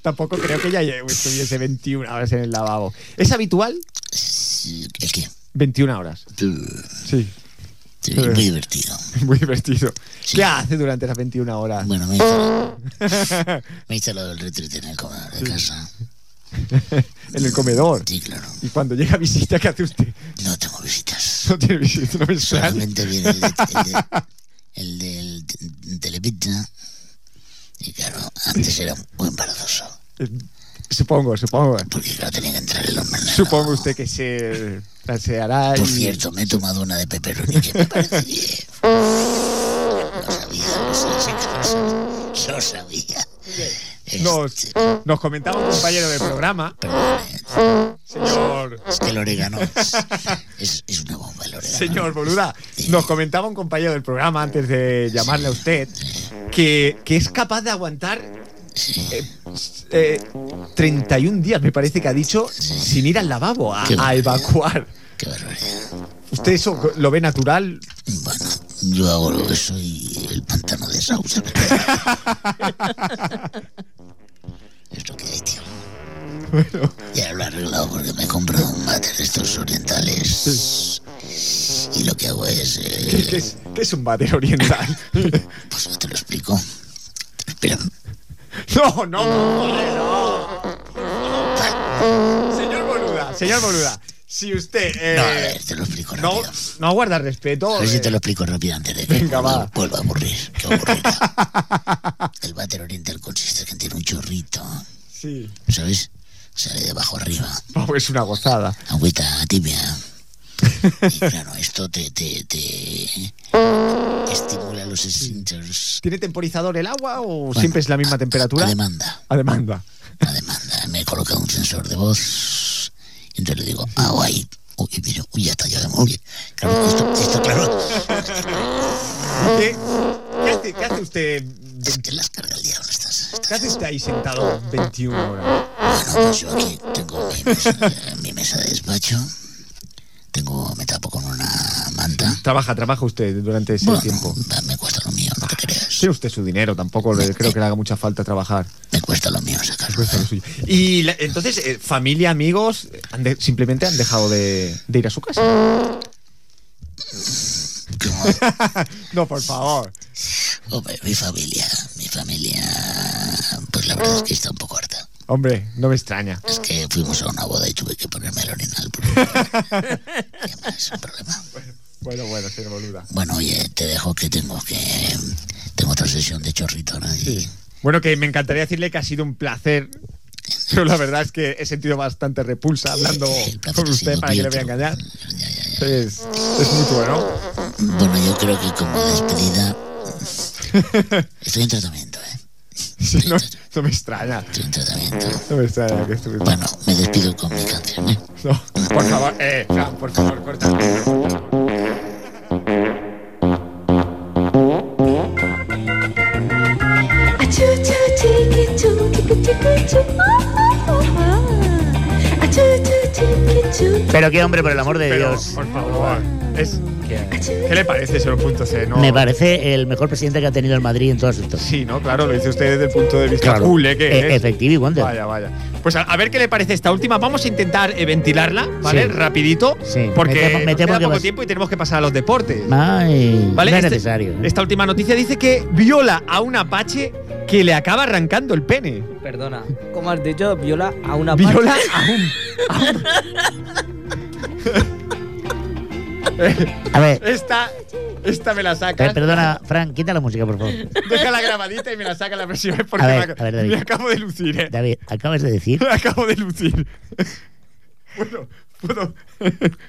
Speaker 1: Tampoco creo que ya lle- estuviese 21 horas en el lavabo. ¿Es habitual?
Speaker 2: Sí, ¿El qué?
Speaker 1: 21 horas.
Speaker 2: Tú-
Speaker 1: Sí,
Speaker 2: tú- es
Speaker 1: Eh.
Speaker 2: muy divertido.
Speaker 1: muy divertido.
Speaker 2: Sí.
Speaker 1: ¿Qué hace durante las 21 horas?
Speaker 2: Bueno, me he instalado, me he instalado el retrete en el comedor de casa.
Speaker 1: En el comedor.
Speaker 2: Sí, claro.
Speaker 1: Y cuando llega visita, ¿qué hace usted?
Speaker 2: No tengo visitas.
Speaker 1: No tiene visita, no me extraña.
Speaker 2: Solamente viene el, de, el, de- el del Telepizza. Y claro, antes era muy embarazoso.
Speaker 1: Eh, Supongo, supongo.
Speaker 2: Porque claro, tenía que entrar el hombre. en el
Speaker 1: Supongo
Speaker 2: lavabo.
Speaker 1: usted que se traseará
Speaker 2: Por
Speaker 1: y...
Speaker 2: cierto, me he tomado una de pepperoni que me parece bien. No sabía, no sabía, no sabía. No sabía.
Speaker 1: Nos,
Speaker 2: Este,
Speaker 1: nos comentaba un compañero del programa,
Speaker 2: perdone,
Speaker 1: señor,
Speaker 2: es que el orégano es, es una bomba el orégano.
Speaker 1: señor Boluda, nos comentaba un compañero del programa antes de llamarle a usted que, que es capaz de aguantar
Speaker 2: Sí.
Speaker 1: Eh, 31 días, me parece que ha dicho, sin ir al lavabo a,
Speaker 2: Qué
Speaker 1: a evacuar.
Speaker 2: Qué barbaridad.
Speaker 1: ¿Usted eso lo ve natural?
Speaker 2: Bueno,
Speaker 5: Yo hago lo que soy el pantano de Sauce. ¿Esto qué es, tío?
Speaker 1: Bueno,
Speaker 5: Ya lo he arreglado porque me he comprado un mate de estos orientales. Y lo que hago es.
Speaker 1: ¿qué,
Speaker 5: eh,
Speaker 1: qué es, qué es un váter oriental?
Speaker 5: pues no te lo explico. Espera.
Speaker 1: no, no, hombre, Eh, no. Señor Boluda, señor Boluda, si usted eh,
Speaker 5: No, a ver, te lo explico
Speaker 1: no,
Speaker 5: rápido.
Speaker 1: no aguarda respeto.
Speaker 5: A ver si
Speaker 1: eh,
Speaker 5: te lo explico rápido antes de que
Speaker 1: Venga,
Speaker 5: vuelva-
Speaker 1: va.
Speaker 5: vuelva a aburrir. Que aburrirá. El váter oriental consiste en que tiene un chorrito,
Speaker 1: Sí.
Speaker 5: ¿sabes? Sale de abajo arriba.
Speaker 1: Vamos, es una gozada.
Speaker 5: agüita tibia. Y claro, esto te, te, te estimula los esfínteres.
Speaker 1: ¿Tiene temporizador el agua o
Speaker 5: Bueno,
Speaker 1: siempre es la misma
Speaker 5: a-
Speaker 1: temperatura?
Speaker 5: A demanda,
Speaker 1: A demanda.
Speaker 5: a demanda. Me he colocado un sensor de voz. Y entonces le digo, ah, guay. Uy, mira, uy, ya está, ya muy bien. Claro, esto, esto, claro,
Speaker 1: ¿Qué, qué hace, qué hace usted?
Speaker 5: es que las carga el diablo estas.
Speaker 1: ¿Qué hace usted ahí sentado 21 horas?
Speaker 5: Bueno, pues yo aquí tengo mi mesa, mi mesa de despacho. Tengo, me tapo con una manta.
Speaker 1: Trabaja, trabaja usted durante ese
Speaker 5: Bueno,
Speaker 1: tiempo.
Speaker 5: me cuesta lo mío, no te creas.
Speaker 1: Tiene usted su dinero, tampoco le, creo que le haga mucha falta trabajar.
Speaker 5: Me cuesta lo mío sacarlo.
Speaker 1: Cuesta
Speaker 5: ¿eh?
Speaker 1: lo suyo. Y la- entonces, eh, familia, amigos, han de- simplemente han dejado de, de ir a su casa.
Speaker 5: ¿eh? Como-
Speaker 1: No, por favor.
Speaker 5: Hombre, Oh, mi familia, mi familia, pues la verdad es que está un poco harta.
Speaker 1: Hombre, no me extraña.
Speaker 5: Es que fuimos a una boda y tuve que ponerme el orinal. porque- ¿Qué más? Es un problema.
Speaker 1: Bueno, bueno, señor boluda.
Speaker 5: Bueno, oye, te dejo que tengo que... Tengo otra sesión de chorrito, ¿no? Y
Speaker 1: Bueno, que me encantaría decirle que ha sido un placer. Pero la verdad es que he sentido bastante repulsa hablando
Speaker 5: el placer
Speaker 1: con
Speaker 5: ha sido
Speaker 1: usted para que le
Speaker 5: mío,
Speaker 1: voy a
Speaker 5: pero-
Speaker 1: engañar.
Speaker 5: Ya, ya, ya.
Speaker 1: Es, es muy bueno.
Speaker 5: Bueno, yo creo que como despedida... Estoy en tratamiento, ¿eh?
Speaker 1: Sí, no, no me extraña.
Speaker 5: Estoy en tratamiento.
Speaker 1: No me extraña que estuviera.
Speaker 5: Bueno, me despido con mi canción, ¿eh?
Speaker 1: No, por favor, eh, Fran, por favor, corta.
Speaker 6: Achoo choo chiki choo kiki chiki choo. Ah, ah, ah, ah. Achoo choo chiki choo.
Speaker 5: Pero qué hombre, por el amor de
Speaker 1: Pero,
Speaker 5: Dios.
Speaker 1: por favor. Es,
Speaker 3: Que-
Speaker 6: Achoo
Speaker 1: ¿Qué le parece ese punto C? No,
Speaker 5: Me parece el mejor presidente que ha tenido el Madrid en toda su historia.
Speaker 1: Sí, ¿no? Claro, lo dice usted desde el punto de vista
Speaker 5: Claro.
Speaker 1: cool, ¿eh? Que
Speaker 5: E-
Speaker 1: es.
Speaker 5: efectivo y wonder.
Speaker 1: Vaya, vaya. Pues a, a ver qué le parece esta última. Vamos a intentar eh, ventilarla, ¿vale?
Speaker 5: Sí.
Speaker 1: Rapidito.
Speaker 5: Sí,
Speaker 1: Porque
Speaker 5: me temo- me
Speaker 1: nos
Speaker 5: temo
Speaker 1: queda
Speaker 5: que
Speaker 1: poco
Speaker 5: vas-
Speaker 1: tiempo y tenemos que pasar a los deportes.
Speaker 5: Ay,
Speaker 1: ¿Vale?
Speaker 5: no es
Speaker 1: Este-
Speaker 5: necesario. ¿eh?
Speaker 1: Esta última noticia dice que viola a un apache que le acaba arrancando el pene.
Speaker 3: Perdona, como has dicho, viola a una
Speaker 1: Viola
Speaker 3: parte-
Speaker 1: a un.
Speaker 5: A ver,
Speaker 1: Esta, esta me la saca.
Speaker 5: per- perdona, Frank, quita la música, por favor.
Speaker 1: Deja la grabadita y me la saca la próxima vez porque
Speaker 5: A
Speaker 1: me,
Speaker 5: ver,
Speaker 1: ac-
Speaker 5: a ver, David.
Speaker 1: me acabo de lucir, eh.
Speaker 5: David, acabas de decir,
Speaker 1: Me acabo de lucir. bueno, puedo.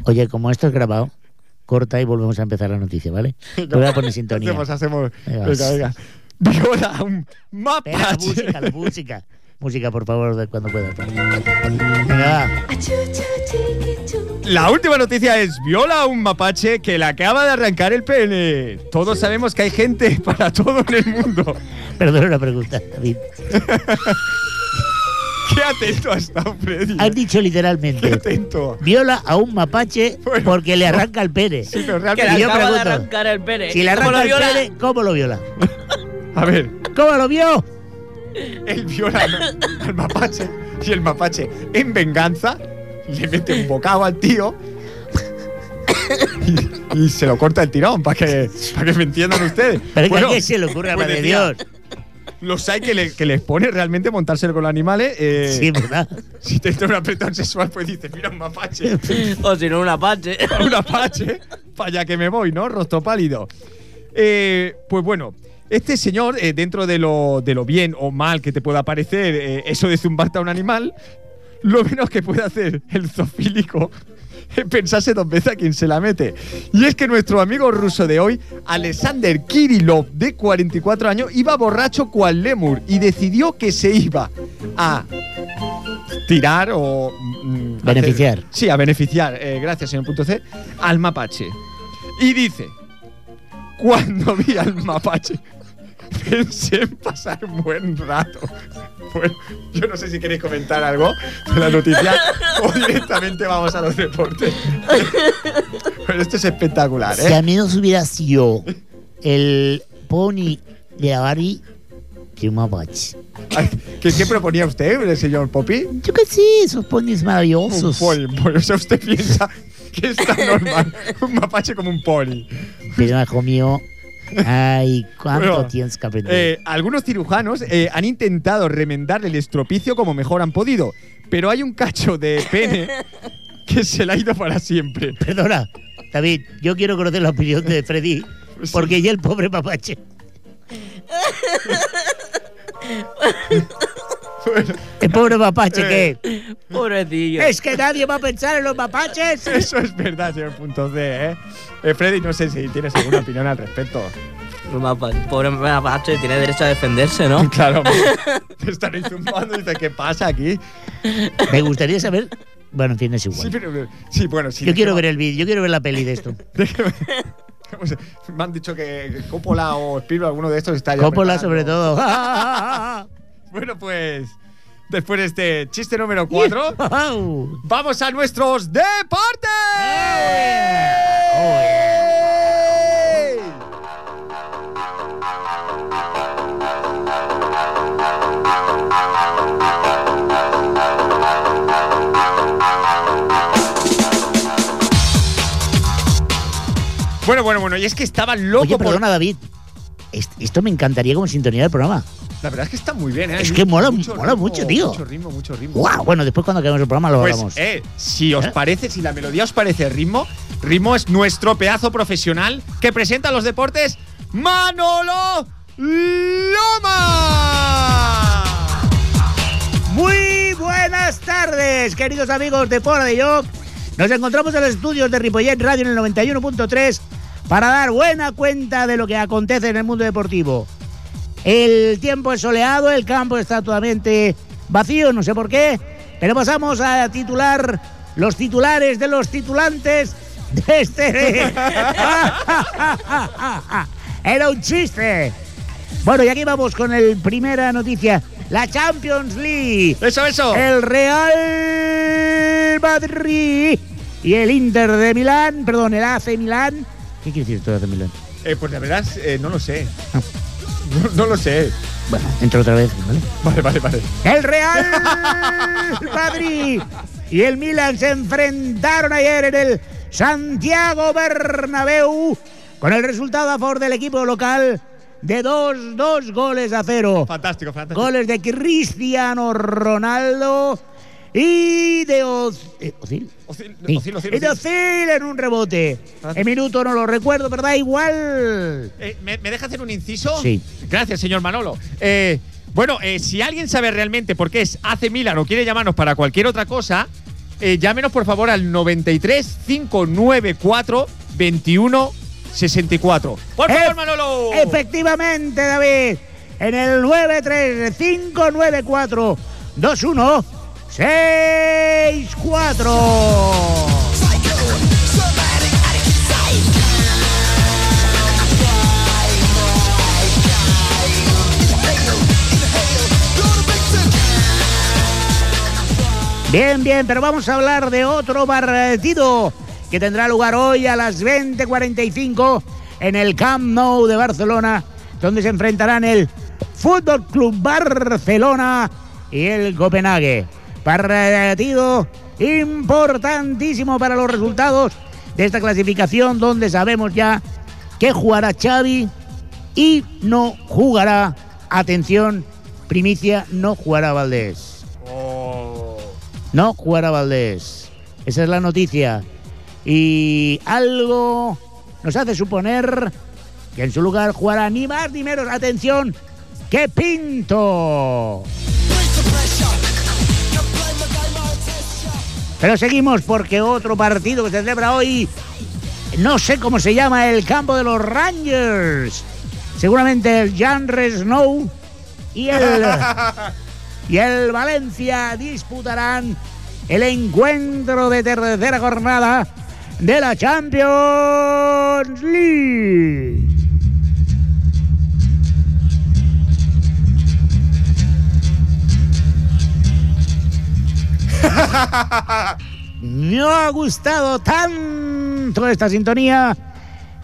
Speaker 5: oye, como esto es grabado, corta y volvemos a empezar la noticia, ¿vale? Lo voy a poner sintonía.
Speaker 1: hacemos, hacemos.
Speaker 5: Venga.
Speaker 1: Venga, venga. Viola a un mapa.
Speaker 5: Espera, la música, la música. Música, por favor, de cuando puedas. Venga,
Speaker 6: achoo choo chiki choo.
Speaker 1: La última noticia es viola a un mapache que le acaba de arrancar el pene. Todos sabemos que hay gente para todo en el mundo.
Speaker 5: va. Perdona la pregunta, David.
Speaker 1: Qué atento ha estado Freddy.
Speaker 5: Has dicho
Speaker 1: Qué
Speaker 5: literalmente,
Speaker 1: atento.
Speaker 5: viola a un mapache
Speaker 1: Bueno.
Speaker 5: porque le arranca el pene.
Speaker 1: Sí, pero
Speaker 3: que le
Speaker 1: realmente.
Speaker 5: yo
Speaker 3: acaba de
Speaker 5: pregunto,
Speaker 3: arrancar el pene.
Speaker 5: Si le
Speaker 3: ¿Cómo lo
Speaker 5: arranca el
Speaker 3: viola?
Speaker 5: pene, ¿cómo lo viola?
Speaker 1: A ver,
Speaker 5: ¿Cómo lo vio?
Speaker 1: él viola al, al mapache y el mapache, en venganza, le mete un bocado al tío y, y se lo corta el tirón para que, para que me entiendan ustedes.
Speaker 5: Pero
Speaker 1: Bueno,
Speaker 5: ¿qué se le ocurre,
Speaker 1: pues
Speaker 5: madre de
Speaker 1: decía,
Speaker 5: Dios?
Speaker 1: Los hay que, le- que les pone realmente montárselo con los animales. eh,
Speaker 5: Sí, ¿verdad?
Speaker 1: Si te entra un apretón sexual, pues dices, mira un mapache,
Speaker 3: O si no, una parte.
Speaker 1: un apache, para allá que me voy, ¿no? Rostro pálido. Eh, pues bueno, este señor, eh, dentro de lo, de lo bien o mal que te pueda parecer eh, eso de zumbarte a un animal, lo menos que puede hacer el zoofílico es pensarse dos veces a quien se la mete. Y es que nuestro amigo ruso de hoy, Alexander Kirillov, de 44 años, iba borracho cual lemur y decidió que se iba a tirar o... mm, hacer-
Speaker 5: Beneficiar.
Speaker 1: sí, a beneficiar, eh, gracias señor punto C, al mapache. Y dice, cuando vi al mapache, pensé en pasar un buen rato. Bueno, yo no sé si queréis comentar algo de la noticia o directamente vamos a los deportes. Pero esto es espectacular,
Speaker 2: Si
Speaker 1: ¿eh?
Speaker 2: al menos hubiera sido el pony de la Barbie, firmaba.
Speaker 1: Ay, ¿Qué, qué proponía usted, el señor Poppy?
Speaker 2: Yo qué sé, esos
Speaker 5: Pues
Speaker 2: ponis
Speaker 1: Un
Speaker 2: maravillosos.
Speaker 1: poli. poli. O sea, usted piensa que está normal. Un mapache como un poli.
Speaker 2: Pero hijo mío, ay, cuánto
Speaker 1: Bueno,
Speaker 2: tienes que aprender.
Speaker 1: Eh, algunos cirujanos eh, han intentado remendar el estropicio como mejor han podido, pero hay un cacho de pene que se le ha ido para siempre.
Speaker 2: Perdona, David, yo quiero conocer la opinión de Freddy, porque ya el pobre mapache.
Speaker 1: Bueno, Eh,
Speaker 2: El pobre mapache que
Speaker 3: Pobrecillo.
Speaker 2: es que nadie va a pensar en los mapaches.
Speaker 1: eso es verdad, señor punto C, ¿eh? Eh, Freddy, no sé si tienes alguna opinión al respecto.
Speaker 3: Pobre mapache, tiene derecho a defenderse, ¿no?
Speaker 1: Claro, hombre, te estaréis zumbando y dices, ¿qué pasa aquí?
Speaker 2: Me gustaría saber. Bueno, tienes
Speaker 1: Sí,
Speaker 2: igual.
Speaker 1: pero, sí bueno, sí.
Speaker 2: Yo quiero
Speaker 1: déjame-
Speaker 2: ver el vídeo, yo quiero ver la peli de esto.
Speaker 1: déjame- o sea, Me han dicho que Coppola o Spielberg, alguno de estos está ya
Speaker 2: Coppola
Speaker 1: preparando.
Speaker 2: sobre todo. ¡Ah!
Speaker 1: Bueno, pues después de este chiste número 4,
Speaker 2: ¡Au!
Speaker 1: vamos a nuestros deportes. Bueno, bueno, bueno, y es que estaba loco
Speaker 2: Oye,
Speaker 1: por-
Speaker 2: perdona, David. Est- Esto me encantaría como sintonía del programa.
Speaker 1: La verdad es que está muy bien, ¿eh?
Speaker 2: Es
Speaker 1: Hay
Speaker 2: que mola- mola mucho, tío.
Speaker 1: Mucho ritmo, mucho ritmo.
Speaker 2: ¡Guau! Bueno, después cuando acabemos el programa lo
Speaker 1: Pues,
Speaker 2: hablamos.
Speaker 1: eh, si os
Speaker 2: ¿Eh?
Speaker 1: parece, si la melodía os parece ritmo, ritmo es nuestro pedazo profesional que presenta los deportes Manolo Loma.
Speaker 2: Muy buenas tardes, queridos amigos de Fora de York. Nos encontramos en los estudios de Ripollet Radio en el 91.3 para dar buena cuenta de lo que acontece en el mundo deportivo. El tiempo es soleado, el campo está totalmente vacío, no sé por qué, pero pasamos a titular los titulares de los titulantes de este. Era un chiste. Bueno, y aquí vamos con el primera noticia. La Champions League.
Speaker 1: Eso, eso.
Speaker 2: El Real Madrid y el Inter de Milán, perdón, el AC Milán. ¿Qué quiere decir esto de AC Milán?
Speaker 1: Eh, pues la verdad, eh, no lo sé.
Speaker 2: Ah.
Speaker 1: No, no lo sé.
Speaker 2: Bueno, entro otra vez, ¿vale?
Speaker 1: Vale, vale, vale.
Speaker 2: El Real Madrid y el Milan se enfrentaron ayer en el Santiago Bernabéu con el resultado a favor del equipo local de 2-2 goles a 0.
Speaker 1: Fantástico, fantástico.
Speaker 2: Goles de Cristiano Ronaldo y de Oz- eh, Ozil.
Speaker 1: Ocil,
Speaker 2: Sí.
Speaker 1: ocil, ocil,
Speaker 2: Y de
Speaker 1: ocil.
Speaker 2: Ozil en un rebote.
Speaker 1: Ah.
Speaker 2: El minuto no lo recuerdo, pero da igual.
Speaker 1: Eh, ¿me, me deja hacer un inciso?
Speaker 2: Sí.
Speaker 1: Gracias, señor Manolo. Eh, bueno, eh, si alguien sabe realmente por qué es AC Milan o quiere llamarnos para cualquier otra cosa, eh, llámenos por favor al 93 594 21 64. Por favor,
Speaker 2: Ef-
Speaker 1: Manolo.
Speaker 2: Efectivamente, David. En el 935942164. Bien, bien, pero vamos a hablar de otro partido que tendrá lugar hoy a las 20:45 en el Camp Nou de Barcelona, donde se enfrentarán el Fútbol Club Barcelona y el Copenhague. Partido importantísimo para los resultados de esta clasificación, donde sabemos ya que jugará Xavi y no jugará, atención, primicia, no jugará Valdés.
Speaker 1: Oh.
Speaker 2: No jugará Valdés. Esa es la noticia. Y algo nos hace suponer que en su lugar jugará ni más ni menos. Atención, que Pinto. Pero seguimos porque otro partido que se celebra hoy, no sé cómo se llama, el campo de los Rangers. Seguramente el Jan Snow y el y el Valencia disputarán el encuentro de tercera jornada de la Champions League. Me ha gustado tanto esta sintonía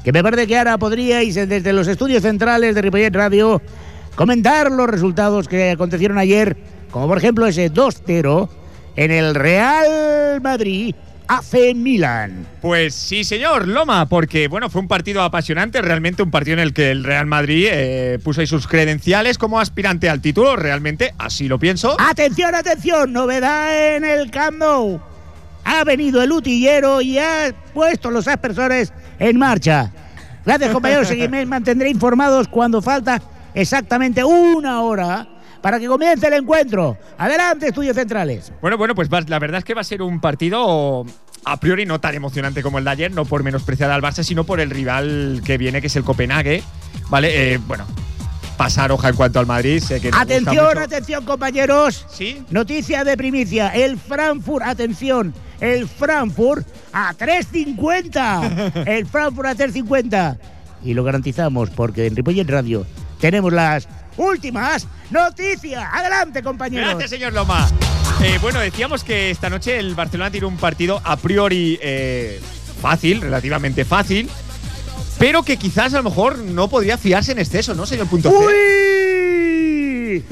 Speaker 2: que me parece que ahora podríais eh, desde los estudios centrales de Ripollet Radio comentar los resultados que acontecieron ayer, como por ejemplo ese 2-0 en el Real Madrid AC Milan.
Speaker 1: Pues sí, señor, Loma, porque bueno, fue un partido apasionante, realmente un partido en el que el Real Madrid eh, puso ahí sus credenciales como aspirante al título, realmente así lo pienso.
Speaker 2: Atención, atención, novedad en el Camp Nou. Ha venido el utillero y ha puesto los aspersores en marcha. Gracias compañeros, y me mantendré informados cuando falta exactamente una hora para que comience el encuentro. Adelante, estudios centrales.
Speaker 1: Bueno, bueno, pues va- la verdad es que va a ser un partido a priori no tan emocionante como el de ayer, no por menospreciar al Barça, sino por el rival que viene, que es el Copenhague. Vale, Eh, bueno, pasar hoja en cuanto al Madrid. Sé que nos gusta
Speaker 2: Atención,
Speaker 1: mucho.
Speaker 2: atención compañeros.
Speaker 1: Sí,
Speaker 2: Noticia de primicia, el Frankfurt, atención, el Frankfurt a 3.50. El Frankfurt a 3.50. Y lo garantizamos porque en Ripollet Radio tenemos las últimas noticias. Adelante, compañeros.
Speaker 1: Gracias, señor Loma. Eh, bueno, decíamos que esta noche el Barcelona tiene un partido a priori eh, fácil, relativamente fácil, pero que quizás a lo mejor no podría fiarse en exceso, ¿no, señor Punto C?
Speaker 2: ¡Uy!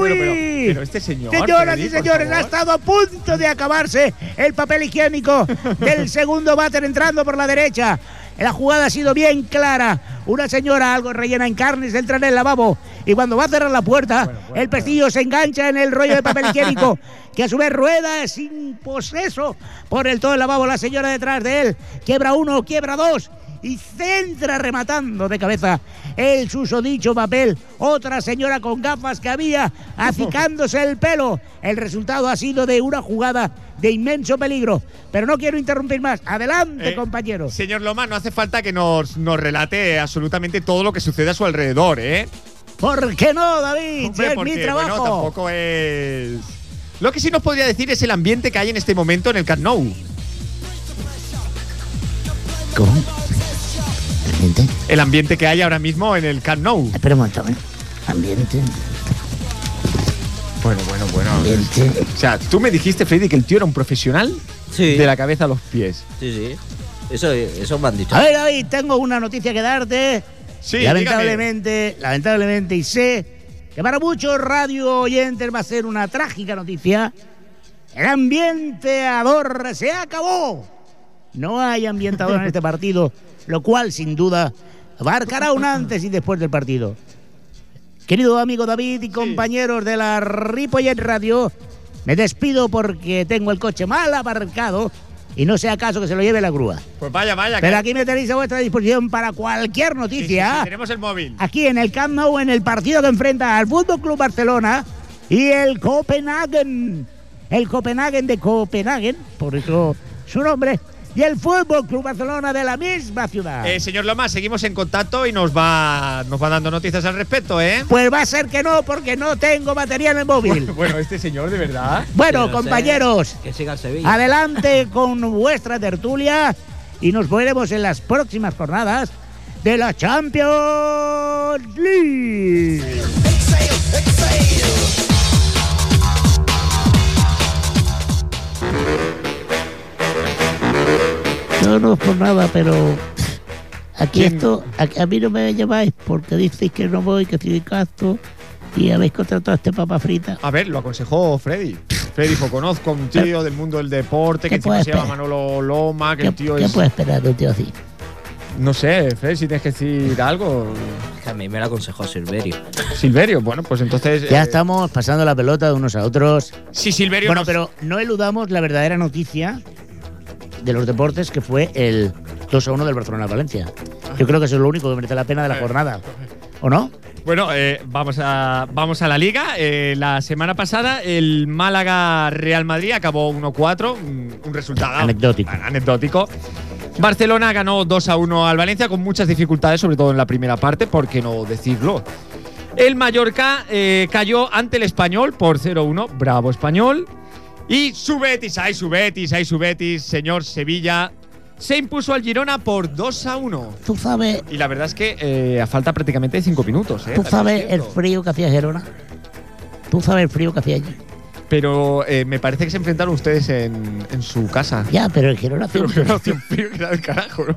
Speaker 1: Pero, pero, pero este señor,
Speaker 2: Señoras
Speaker 1: Freddy,
Speaker 2: y
Speaker 1: por
Speaker 2: señores, ha
Speaker 1: favor.
Speaker 2: estado a punto de acabarse el papel higiénico del segundo váter entrando por la derecha. La jugada ha sido bien clara. Una señora algo rellena en carnes entra en el lavabo y cuando va a cerrar la puerta, el pestillo se engancha en el rollo de papel higiénico, que a su vez rueda sin poseso por el todo el lavabo. La señora detrás de él quiebra uno, quiebra dos y centra rematando de cabeza el susodicho papel. Otra señora con gafas que había acicándose el pelo. El resultado ha sido de una jugada de inmenso peligro. Pero no quiero interrumpir más. Adelante,
Speaker 1: Eh,
Speaker 2: compañeros.
Speaker 1: Señor Loma, no hace falta que nos, nos relate absolutamente todo lo que sucede a su alrededor, ¿eh?
Speaker 2: ¿Por qué no, David? Si
Speaker 1: Hombre,
Speaker 2: es
Speaker 1: porque,
Speaker 2: mi trabajo.
Speaker 1: Bueno, tampoco es. Lo que sí nos podría decir es el ambiente que hay en este momento en el Camp Nou.
Speaker 2: ¿Cómo? ¿Ambiente?
Speaker 1: El ambiente que hay ahora mismo en el Camp Nou.
Speaker 2: Espera un momento. ¿eh? ¿Ambiente?
Speaker 1: Bueno, bueno, bueno.
Speaker 2: ¿Ambiente?
Speaker 1: O sea, tú me dijiste, Freddy, que el tío era un profesional
Speaker 3: Sí.
Speaker 1: de la cabeza a los pies.
Speaker 3: Sí, sí. Eso, eso me han dicho.
Speaker 2: A ver, David, tengo una noticia que darte.
Speaker 1: Sí,
Speaker 2: lamentablemente, lamentablemente, y sé que para muchos radio oyentes va a ser una trágica noticia. El ambientador se acabó. No hay ambientador en este partido, lo cual sin duda abarcará un antes y después del partido. Querido amigo David y compañeros de la Ripollet Radio, me despido porque tengo el coche mal aparcado y no sea acaso que se lo lleve la grúa.
Speaker 1: Pues vaya, vaya.
Speaker 2: Pero
Speaker 1: que-
Speaker 2: aquí me tenéis a vuestra disposición para cualquier
Speaker 1: Sí, sí,
Speaker 2: noticia.
Speaker 1: sí, tenemos el móvil.
Speaker 2: Aquí en el Camp Nou, en el partido que enfrenta al Fútbol Club Barcelona y el Copenhagen. El Copenhagen de Copenhagen, por eso su nombre. Y el Fútbol Club Barcelona de la misma ciudad.
Speaker 1: Eh, señor Loma, seguimos en contacto y nos va, nos va dando noticias al respecto, ¿eh?
Speaker 2: Pues va a ser que no, porque no tengo batería en el móvil.
Speaker 1: Bueno, este señor, de verdad.
Speaker 2: Bueno,
Speaker 3: Que no sé,
Speaker 2: compañeros,
Speaker 3: Que siga el Sevilla.
Speaker 2: adelante con vuestra tertulia y nos veremos en las próximas jornadas de la Champions League. No, no es por nada, pero aquí
Speaker 1: ¿Quién?
Speaker 2: esto, a, a mí no me llamáis porque dices que no voy, que estoy gasto y habéis contratado a este papa frita.
Speaker 1: A ver, lo aconsejó Freddy. Freddy dijo, conozco a un tío del mundo del deporte que
Speaker 2: ¿Qué
Speaker 1: encima
Speaker 2: puede
Speaker 1: se llama
Speaker 2: esperar?
Speaker 1: Manolo Loma, que
Speaker 2: ¿Qué,
Speaker 1: el tío
Speaker 2: qué
Speaker 1: es...
Speaker 2: puedes esperar de un tío así?
Speaker 1: No sé, Freddy, si tienes que decir algo.
Speaker 3: Que a mí me lo aconsejó Silverio.
Speaker 1: Silverio, bueno, pues entonces...
Speaker 2: Ya
Speaker 1: eh,
Speaker 2: estamos pasando la pelota de unos a otros.
Speaker 1: Sí, Silverio
Speaker 2: Bueno,
Speaker 1: nos-
Speaker 2: pero no eludamos la verdadera noticia de los deportes que fue el 2 a 1 del Barcelona Valencia. Yo creo que eso es lo único que merece la pena de
Speaker 1: Eh.
Speaker 2: la jornada. ¿O no?
Speaker 1: Bueno, eh, vamos, a, vamos a la liga. Eh, la semana pasada el Málaga Real Madrid acabó 1-4, un un resultado
Speaker 2: Anecdótico.
Speaker 1: an- anecdótico. Barcelona ganó 2-1 al Valencia con muchas dificultades, sobre todo en la primera parte, por qué no decirlo. El Mallorca eh, cayó ante el Español por 0-1, bravo Español. Y su Betis, ay su Betis, ay su Betis, señor Sevilla, se impuso al Girona por 2-1.
Speaker 2: ¿Tú sabes,
Speaker 1: Y la verdad es que eh, a falta prácticamente de cinco minutos. ¿eh?
Speaker 2: tú
Speaker 1: También
Speaker 2: sabes
Speaker 1: es
Speaker 2: el
Speaker 1: cierto.
Speaker 2: frío que hacía Gerona? ¿Tú sabes el frío que hacía allí?
Speaker 1: Pero eh, me parece que se enfrentaron ustedes en, en su casa.
Speaker 5: Ya, pero el Girona
Speaker 1: Pero que
Speaker 5: siempre-
Speaker 1: era un tío que era del carajo, ¿no?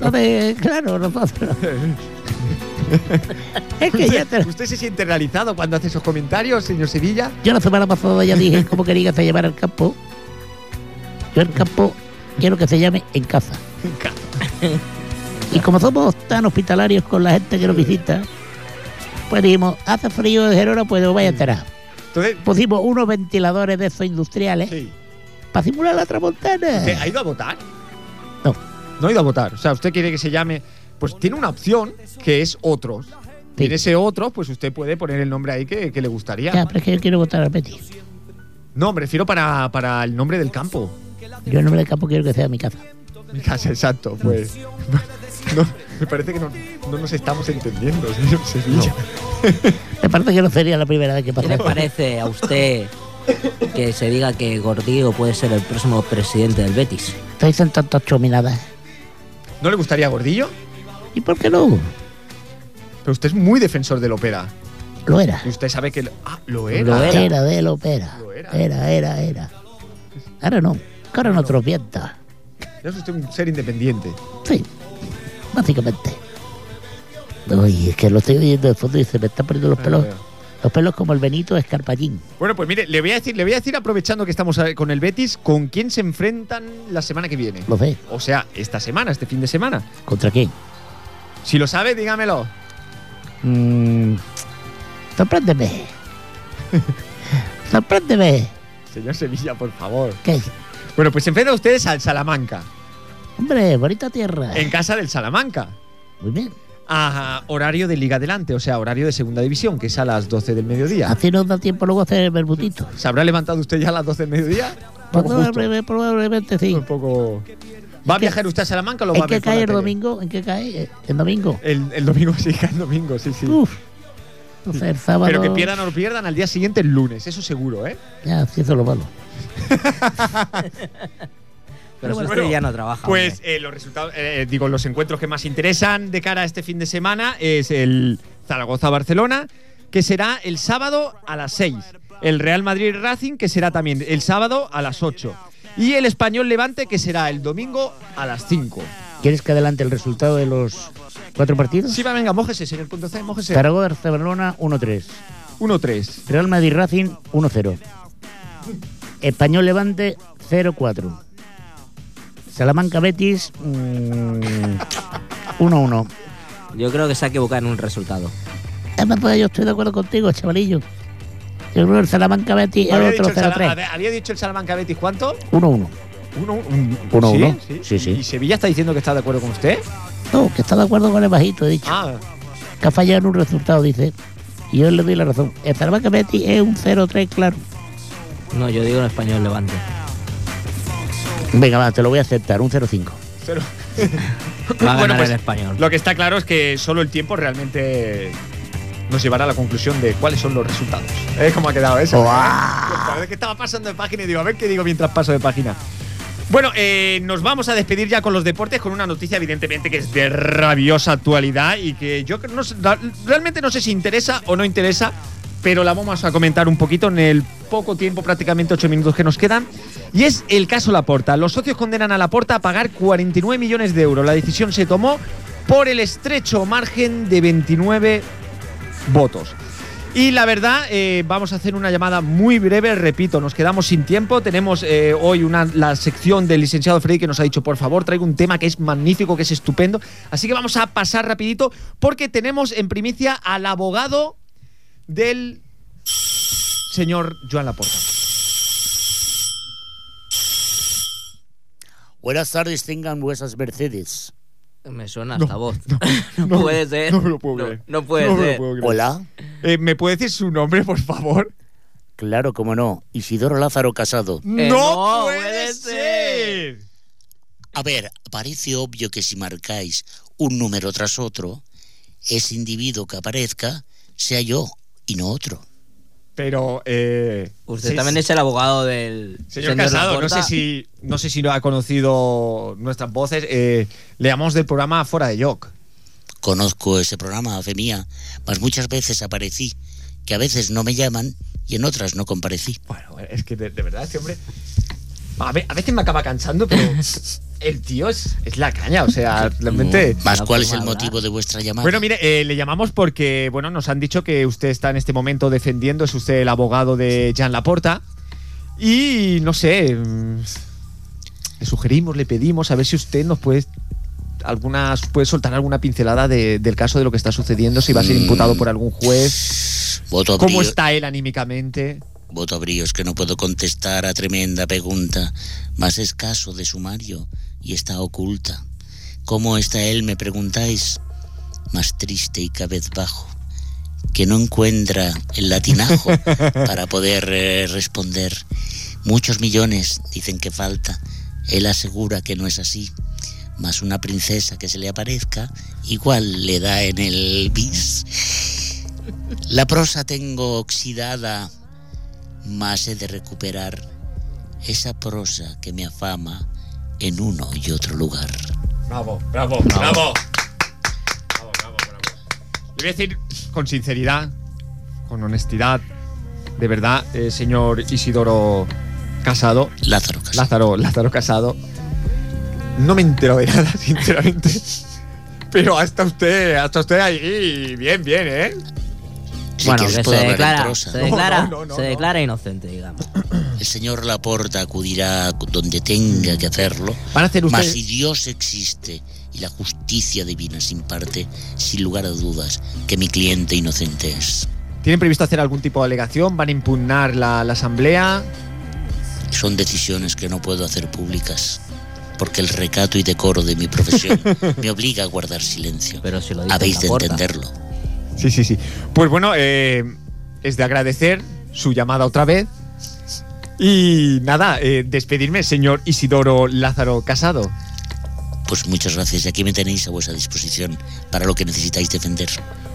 Speaker 5: No me- claro, no pasa nada. Es que ya te-
Speaker 1: ¿Usted se siente realizado cuando hace esos comentarios, señor Sevilla?
Speaker 5: Yo la semana pasada ya dije cómo quería que se llamara el campo. Yo el campo quiero que se llame en casa. Y como somos tan hospitalarios con la gente que nos visita, pues dijimos, hace frío en Gerona, pues vaya a estar.
Speaker 1: Entonces,
Speaker 5: Pusimos unos ventiladores de esos industriales
Speaker 1: sí.
Speaker 5: para simular la
Speaker 1: ¿Usted
Speaker 5: tramontana.
Speaker 1: ¿Ha ido a votar?
Speaker 5: No.
Speaker 1: No ha ido a votar. O sea, usted quiere que se llame. Pues tiene una opción que es otros. Y en ese otro, pues usted puede poner el nombre ahí que, que le gustaría.
Speaker 5: Ya, Ah, pero es que yo quiero votar al Betis.
Speaker 1: No, me refiero para, para el nombre del campo.
Speaker 5: Yo el nombre del campo quiero que sea mi casa.
Speaker 1: Mi casa, Ah, exacto, pues. No, me parece que no, no nos estamos entendiendo, señor Sevilla.
Speaker 5: Me parece que no sería la primera vez que
Speaker 3: ¿Qué le
Speaker 5: pasaba.
Speaker 3: parece a usted que se diga que Gordillo puede ser el próximo presidente del Betis?
Speaker 5: Estoy en tantas chominadas.
Speaker 1: No. le gustaría a Gordillo?
Speaker 5: ¿Y por qué no?
Speaker 1: Pero usted es muy defensor del ópera.
Speaker 5: Lo era.
Speaker 1: Y usted sabe que. lo- Ah, lo
Speaker 3: Lo
Speaker 1: era.
Speaker 3: era.
Speaker 5: Era de lo era.
Speaker 1: Lo era.
Speaker 5: Era, era, era. Ahora no. Ahora no tropienta.
Speaker 1: Es usted un ser independiente.
Speaker 5: Sí. Básicamente. Uy, es que lo estoy oyendo de fondo y se me están poniendo los pelos.
Speaker 1: veo.
Speaker 5: Los pelos como el Benito Escarpallín.
Speaker 1: Bueno, pues mire, le voy a decir, le voy a decir aprovechando que estamos eh, con el Betis, con quién se enfrentan la semana que viene.
Speaker 5: Lo sé.
Speaker 1: O sea, esta semana, este fin de semana.
Speaker 5: ¿Contra quién?
Speaker 1: Si lo sabe, dígamelo.
Speaker 5: Mm, sorpréndeme. sorpréndeme.
Speaker 1: Señor Sevilla, por favor.
Speaker 5: ¿Qué?
Speaker 1: Bueno, pues se enfrentan ustedes al Salamanca,
Speaker 5: Hombre, bonita tierra.
Speaker 1: en casa del Salamanca.
Speaker 5: Muy bien.
Speaker 1: A horario de Liga Adelante, o sea, horario de Segunda División, que es a las 12 del mediodía.
Speaker 5: Así nos da tiempo luego a hacer el verbutito.
Speaker 1: ¿Se habrá levantado usted ya a las 12 del mediodía? Un poco justo.
Speaker 5: Probable- probablemente sí.
Speaker 1: Un poco- ¿Va a viajar usted a Salamanca o lo va
Speaker 5: ¿En
Speaker 1: a ver
Speaker 5: qué
Speaker 1: por la
Speaker 5: cae el
Speaker 1: tele?
Speaker 5: domingo? ¿En qué cae? ¿El domingo?
Speaker 1: El, el domingo, sí, el domingo, sí, sí.
Speaker 5: Uf. Entonces el sábado.
Speaker 1: Pero que pierdan o no pierdan al día siguiente el lunes, eso seguro, ¿eh?
Speaker 5: Ya, sí, eso es lo malo.
Speaker 3: Pero
Speaker 1: Bueno,
Speaker 3: usted
Speaker 1: bueno,
Speaker 3: ya no trabaja.
Speaker 1: Pues
Speaker 3: hombre.
Speaker 1: eh, los resultados, eh, digo, los encuentros que más interesan de cara a este fin de semana es el Zaragoza-Barcelona, que será el sábado a las 6. El Real Madrid-Racing, que será también el sábado a las 8. Y el Español-Levante, que será el domingo a las 5.
Speaker 5: ¿Quieres que adelante el resultado de los cuatro partidos?
Speaker 1: Sí, va, venga, mójese, señor Punto C, mójese.
Speaker 5: Zaragoza Barcelona 1-3.
Speaker 1: 1-3.
Speaker 5: Real Madrid Racing 1-0. Español Levante 0-4. Salamanca Betis mm, 1-1.
Speaker 3: Yo creo que se ha equivocado en un resultado.
Speaker 5: Además, pues, yo estoy de acuerdo contigo, chavalillo. Yo creo que el Salamanca Betis es
Speaker 1: Había dicho el
Speaker 5: otro
Speaker 1: Sala-
Speaker 5: 0-3.
Speaker 1: había- había dicho el Salamanca Betis cuánto?
Speaker 5: 1-1.
Speaker 1: 1 1
Speaker 5: Uno, uno.
Speaker 1: ¿Sí?
Speaker 5: Sí, sí.
Speaker 1: ¿Y Sevilla está diciendo que está de acuerdo con usted?
Speaker 5: No, que está de acuerdo con el bajito, he dicho.
Speaker 1: Ah,
Speaker 5: que ha fallado en un resultado, dice. Y yo le doy la razón. El Salamanca Betis es un 0-3, claro.
Speaker 3: No, yo digo en español levante.
Speaker 5: Venga, va, te lo voy a aceptar, un 0-5.
Speaker 1: cero.
Speaker 3: Va a ganar
Speaker 1: Bueno, pues,
Speaker 3: el español.
Speaker 1: Lo que está claro es que solo el tiempo Pues realmente nos llevará a la conclusión de cuáles son los resultados. ¿Eh? ¿Cómo ha quedado eso? La vez que estaba pasando de página y digo, a ver qué digo mientras paso de página. Bueno, eh, nos vamos a despedir ya con los deportes con una noticia evidentemente que es de rabiosa actualidad y que yo no sé- la- realmente no sé si interesa o no interesa, pero la vamos a comentar un poquito en el poco tiempo, prácticamente ocho minutos que nos quedan. Y es el caso Laporta. Los socios condenan a Laporta a pagar 49 millones de euros. La decisión se tomó por el estrecho margen de 29 votos. Y la verdad, eh, vamos a hacer una llamada muy breve, repito, nos quedamos sin tiempo. Tenemos eh, hoy una, la sección del licenciado Freddy que nos ha dicho, por favor, traigo un tema que es magnífico, que es estupendo. Así que vamos a pasar rapidito porque tenemos en primicia al abogado del señor Joan Laporta.
Speaker 5: Buenas tardes, tengan vuestras Mercedes.
Speaker 3: Me suena hasta voz. No, puede ser.
Speaker 1: no me lo puedo creer.
Speaker 3: No, no puede
Speaker 1: No me lo
Speaker 3: ser.
Speaker 1: puedo creer.
Speaker 5: Hola.
Speaker 1: Eh, ¿Me puede decir su nombre, por favor?
Speaker 5: Claro, como no. Isidoro Lázaro Casado.
Speaker 3: Eh, no puede ser.
Speaker 5: A ver, parece obvio que si marcáis un número tras otro, ese individuo que aparezca sea yo y no otro.
Speaker 1: Pero eh,
Speaker 3: Usted
Speaker 1: sí,
Speaker 3: también es el abogado del
Speaker 1: Señor, Casado, no
Speaker 3: Laporta.
Speaker 1: sé si no sé si lo ha conocido nuestras voces. eh, le llamamos del programa Fuera de Jock.
Speaker 5: Conozco ese programa, fe mía, mas muchas veces aparecí que a veces no me llaman y en otras no comparecí.
Speaker 4: Bueno, es que de, de verdad este hombre. A, ve- a veces me acaba cansando, pero el tío es, es la caña, o sea, realmente.
Speaker 5: Más,
Speaker 3: no
Speaker 5: ¿cuál es el
Speaker 3: puedo hablar.
Speaker 5: motivo de vuestra llamada?
Speaker 4: Bueno, mire, eh, le llamamos porque, bueno, nos han dicho que usted está en este momento defendiendo, es usted el abogado de Jean Laporta. Y no sé, mm, le sugerimos, le pedimos a ver si usted nos puede algunas puede soltar alguna pincelada de- del caso de lo que está sucediendo, si va a ser
Speaker 5: Mm.
Speaker 4: imputado por algún juez,
Speaker 5: voto a
Speaker 4: cómo
Speaker 5: bríos-
Speaker 4: está él anímicamente.
Speaker 5: Voto a bríos que no puedo contestar a tremenda pregunta, más escaso de sumario y está oculta. ¿Cómo está él, me preguntáis? Más triste y cabezbajo, que no encuentra el latinajo para poder eh, responder. Muchos millones dicen que falta. Él asegura que no es así. Más una princesa que se le aparezca, igual le da en el bis. La prosa tengo oxidada más he de recuperar esa prosa que me afama en uno y otro lugar.
Speaker 4: Bravo, bravo, bravo. Bravo, bravo, Le voy a decir con sinceridad, con honestidad, de verdad, eh, señor Isidoro Casado,
Speaker 5: Lázaro Casal.
Speaker 4: Lázaro, Lázaro Casado, no me entero de nada, sinceramente. Pero hasta usted, hasta usted ahí, bien, bien, ¿eh?
Speaker 5: Si
Speaker 3: bueno,
Speaker 5: quieres
Speaker 3: que
Speaker 5: puedo
Speaker 3: se
Speaker 5: hablar en
Speaker 3: declara,
Speaker 5: prosa.
Speaker 3: se
Speaker 4: No,
Speaker 3: declara,
Speaker 4: no, no, no,
Speaker 3: se
Speaker 4: no.
Speaker 3: declara inocente, digamos.
Speaker 5: El señor Laporta acudirá donde tenga que hacerlo,
Speaker 4: Van a hacer
Speaker 5: mas
Speaker 4: ustedes.
Speaker 5: si Dios existe y la justicia divina se imparte, sin lugar a dudas, que mi cliente inocente es.
Speaker 4: ¿Tienen previsto hacer algún tipo de alegación? ¿Van a impugnar la, la asamblea?
Speaker 5: Son decisiones que no puedo hacer públicas, porque el recato y decoro de mi profesión me obliga a guardar silencio.
Speaker 3: Pero si lo dice
Speaker 5: Habéis de
Speaker 3: Laporta.
Speaker 5: entenderlo.
Speaker 4: Sí, sí, sí. Pues bueno, eh, es de agradecer su llamada otra vez. Y nada, eh, despedirme, señor Isidoro Lázaro Casado.
Speaker 5: Pues muchas gracias y aquí me tenéis a vuestra disposición para lo que necesitáis defender.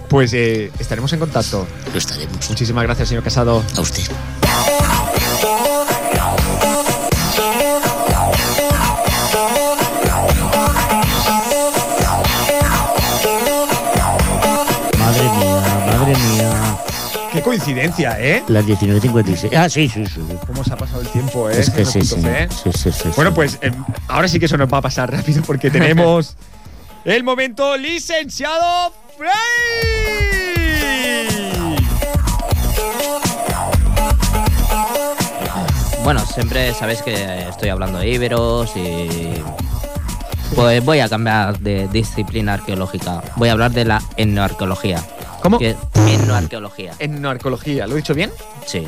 Speaker 4: Pues eh, estaremos en contacto.
Speaker 5: Lo estaremos.
Speaker 4: Muchísimas gracias, señor Casado.
Speaker 5: A usted.
Speaker 2: Madre mía, madre mía.
Speaker 4: Qué coincidencia, ¿eh?
Speaker 2: Las 19.56. Ah, sí, sí, sí. sí.
Speaker 4: Cómo se ha pasado el tiempo, ¿eh?
Speaker 2: Es que sí, sí.
Speaker 4: 1.fe.
Speaker 2: Sí, sí, sí, sí.
Speaker 4: Bueno, pues
Speaker 1: em,
Speaker 4: eh, ahora sí que eso nos va a pasar rápido porque tenemos el momento licenciado Frey.
Speaker 3: Bueno, siempre sabéis que estoy hablando de íberos y. Pues voy a cambiar de disciplina arqueológica. Voy a hablar de la etnoarqueología.
Speaker 4: ¿Cómo?
Speaker 3: Que- etnoarqueología.
Speaker 4: En narcología, ¿lo he dicho bien?
Speaker 3: Sí.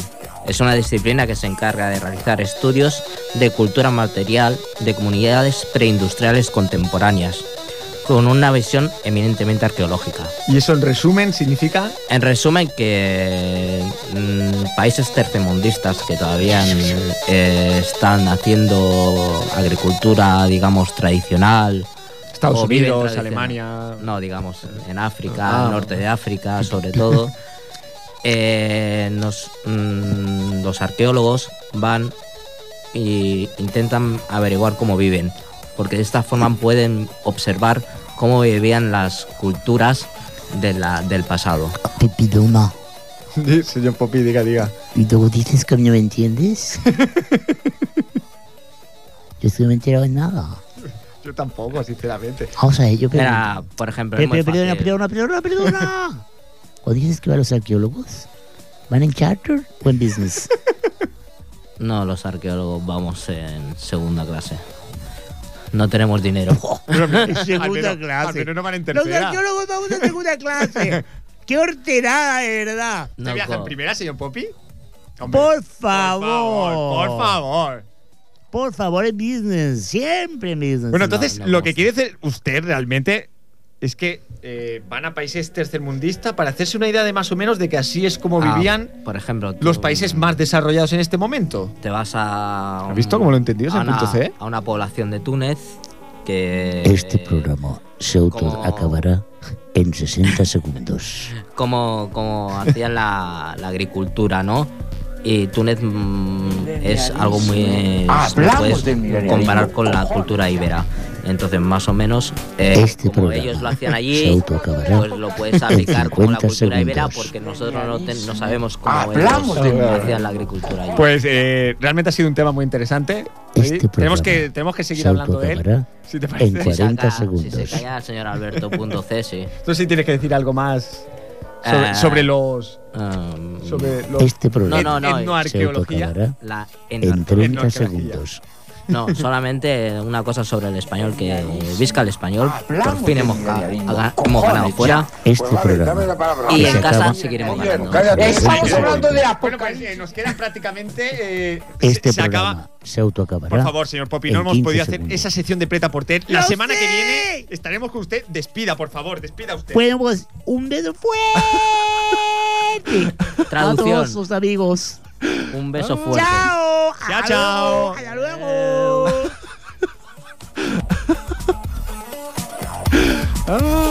Speaker 3: Es una disciplina que se encarga de realizar estudios de cultura material de comunidades preindustriales contemporáneas, con una visión eminentemente arqueológica.
Speaker 4: Y eso en resumen significa
Speaker 3: En resumen, que mm, países tercermundistas que todavía mm, eh, están haciendo agricultura, digamos, tradicional,
Speaker 4: Estados
Speaker 3: O viven
Speaker 4: Unidos,
Speaker 3: tradicional.
Speaker 4: Alemania.
Speaker 3: no, digamos, en
Speaker 4: Ah.
Speaker 3: África, norte de África, sobre todo, eh, nos, mm, los arqueólogos van e intentan averiguar cómo viven, porque de esta forma pueden observar cómo vivían las culturas de la- del pasado.
Speaker 2: Pipiduma.
Speaker 4: Sí, señor Popi, diga, diga.
Speaker 2: ¿Y tú dices que no me entiendes? yo es que no me he enterado en nada.
Speaker 4: Yo tampoco, sinceramente.
Speaker 2: Vamos a ello, pero.
Speaker 3: Era, por ejemplo, es
Speaker 2: Pero,
Speaker 3: muy
Speaker 2: pero, perdona,
Speaker 3: fácil.
Speaker 2: perdona, perdona, perdona. ¿O dices que van los arqueólogos? ¿Van en charter o en business?
Speaker 3: No, los arqueólogos vamos en segunda clase. No tenemos dinero.
Speaker 4: Al menos- al menos no van en
Speaker 2: Los
Speaker 4: tercera.
Speaker 2: arqueólogos vamos en segunda clase. ¡Qué horterada, de verdad!
Speaker 4: ¿No
Speaker 3: No,
Speaker 4: viaja en
Speaker 3: co-
Speaker 4: primera, señor Popi? Hombre,
Speaker 2: Por
Speaker 4: Por
Speaker 2: favor.
Speaker 4: favor, por favor.
Speaker 2: Por favor, en business. Siempre en business.
Speaker 4: Bueno, entonces,
Speaker 3: no,
Speaker 4: lo
Speaker 3: no.
Speaker 4: que quiere decir usted realmente es que eh, van a países tercermundistas para hacerse una idea de más o menos de que así es como
Speaker 3: Ah,
Speaker 4: vivían
Speaker 3: por ejemplo, tú
Speaker 4: los países más desarrollados en este momento.
Speaker 3: Te vas a.
Speaker 4: ¿Has visto cómo lo he entendido? Es
Speaker 3: a
Speaker 4: el
Speaker 3: una,
Speaker 4: punto C.
Speaker 3: a una población de Túnez que.
Speaker 2: Este programa se
Speaker 3: como-
Speaker 2: acabará en 60 segundos.
Speaker 3: Como, como hacían la, la agricultura, ¿no? y Túnez mm, es algo muy... eh,
Speaker 7: Hablamos
Speaker 3: lo puedes
Speaker 7: del milenarismo.
Speaker 3: comparar con la cultura ibera. Entonces, más o menos, eh,
Speaker 2: Este
Speaker 3: como
Speaker 2: programa
Speaker 3: ellos lo hacían
Speaker 2: se
Speaker 3: allí,
Speaker 2: autoacabará
Speaker 3: pues lo puedes
Speaker 2: en
Speaker 3: aplicar como la
Speaker 2: 50
Speaker 3: cultura ibera
Speaker 2: segundos.
Speaker 3: porque nosotros no, ten- no sabemos cómo
Speaker 7: Hablamos
Speaker 3: ellos
Speaker 7: del
Speaker 3: hacían la agricultura allí.
Speaker 4: Pues eh, realmente ha sido un tema muy interesante.
Speaker 2: Este
Speaker 4: ¿sí?
Speaker 2: programa
Speaker 4: tenemos, que, tenemos que seguir
Speaker 2: se
Speaker 4: hablando de él.
Speaker 2: autoacabará
Speaker 4: Si te
Speaker 2: en
Speaker 4: parece.
Speaker 2: 40
Speaker 3: Saca- Si
Speaker 2: segundos.
Speaker 3: se calla el señor Alberto.c, sí.
Speaker 4: Tú sí tienes que decir algo más sobre,
Speaker 3: Ah.
Speaker 4: sobre los.
Speaker 3: Um,
Speaker 4: Sobre los
Speaker 2: Este
Speaker 3: No,
Speaker 2: programa
Speaker 3: no, no.
Speaker 2: se
Speaker 4: etnoarqueología.
Speaker 2: autoacabará
Speaker 3: la
Speaker 2: en
Speaker 3: en-
Speaker 2: 30
Speaker 4: etnoarqueología.
Speaker 2: segundos.
Speaker 4: Pues
Speaker 3: No, solamente una cosa sobre el español que visca el español. Por
Speaker 7: Hablamos
Speaker 3: fin
Speaker 7: de
Speaker 3: hemos, ga-
Speaker 7: milenarismo.
Speaker 3: ga- hemos ganado
Speaker 7: Cojones,
Speaker 3: fuera
Speaker 2: Este
Speaker 8: Dame
Speaker 2: programa
Speaker 8: la palabra.
Speaker 3: y
Speaker 2: Que se
Speaker 3: en casa
Speaker 2: acaba.
Speaker 3: seguiremos ganando.
Speaker 7: Estamos hablando de
Speaker 4: Bueno, pues eh, nos quedan prácticamente. eh, se-
Speaker 2: este
Speaker 4: se, acaba.
Speaker 2: programa se autoacabará.
Speaker 4: Por favor, señor Popi,
Speaker 2: en
Speaker 4: no hemos
Speaker 2: 15
Speaker 4: podido hacer
Speaker 2: segundos.
Speaker 4: esa sección de preta por Ter. La
Speaker 2: ¡Lo
Speaker 4: semana que
Speaker 2: sé!
Speaker 4: viene estaremos con usted. Despida, por favor, despida usted.
Speaker 2: Bueno, pues un dedo fuerte a
Speaker 3: Traducción.
Speaker 2: todos sus amigos.
Speaker 3: Un beso fuerte.
Speaker 2: ¡Chao!
Speaker 4: Chao,
Speaker 2: ¡Hasta
Speaker 4: chao.
Speaker 2: luego! ¡Hasta luego!
Speaker 4: Ah.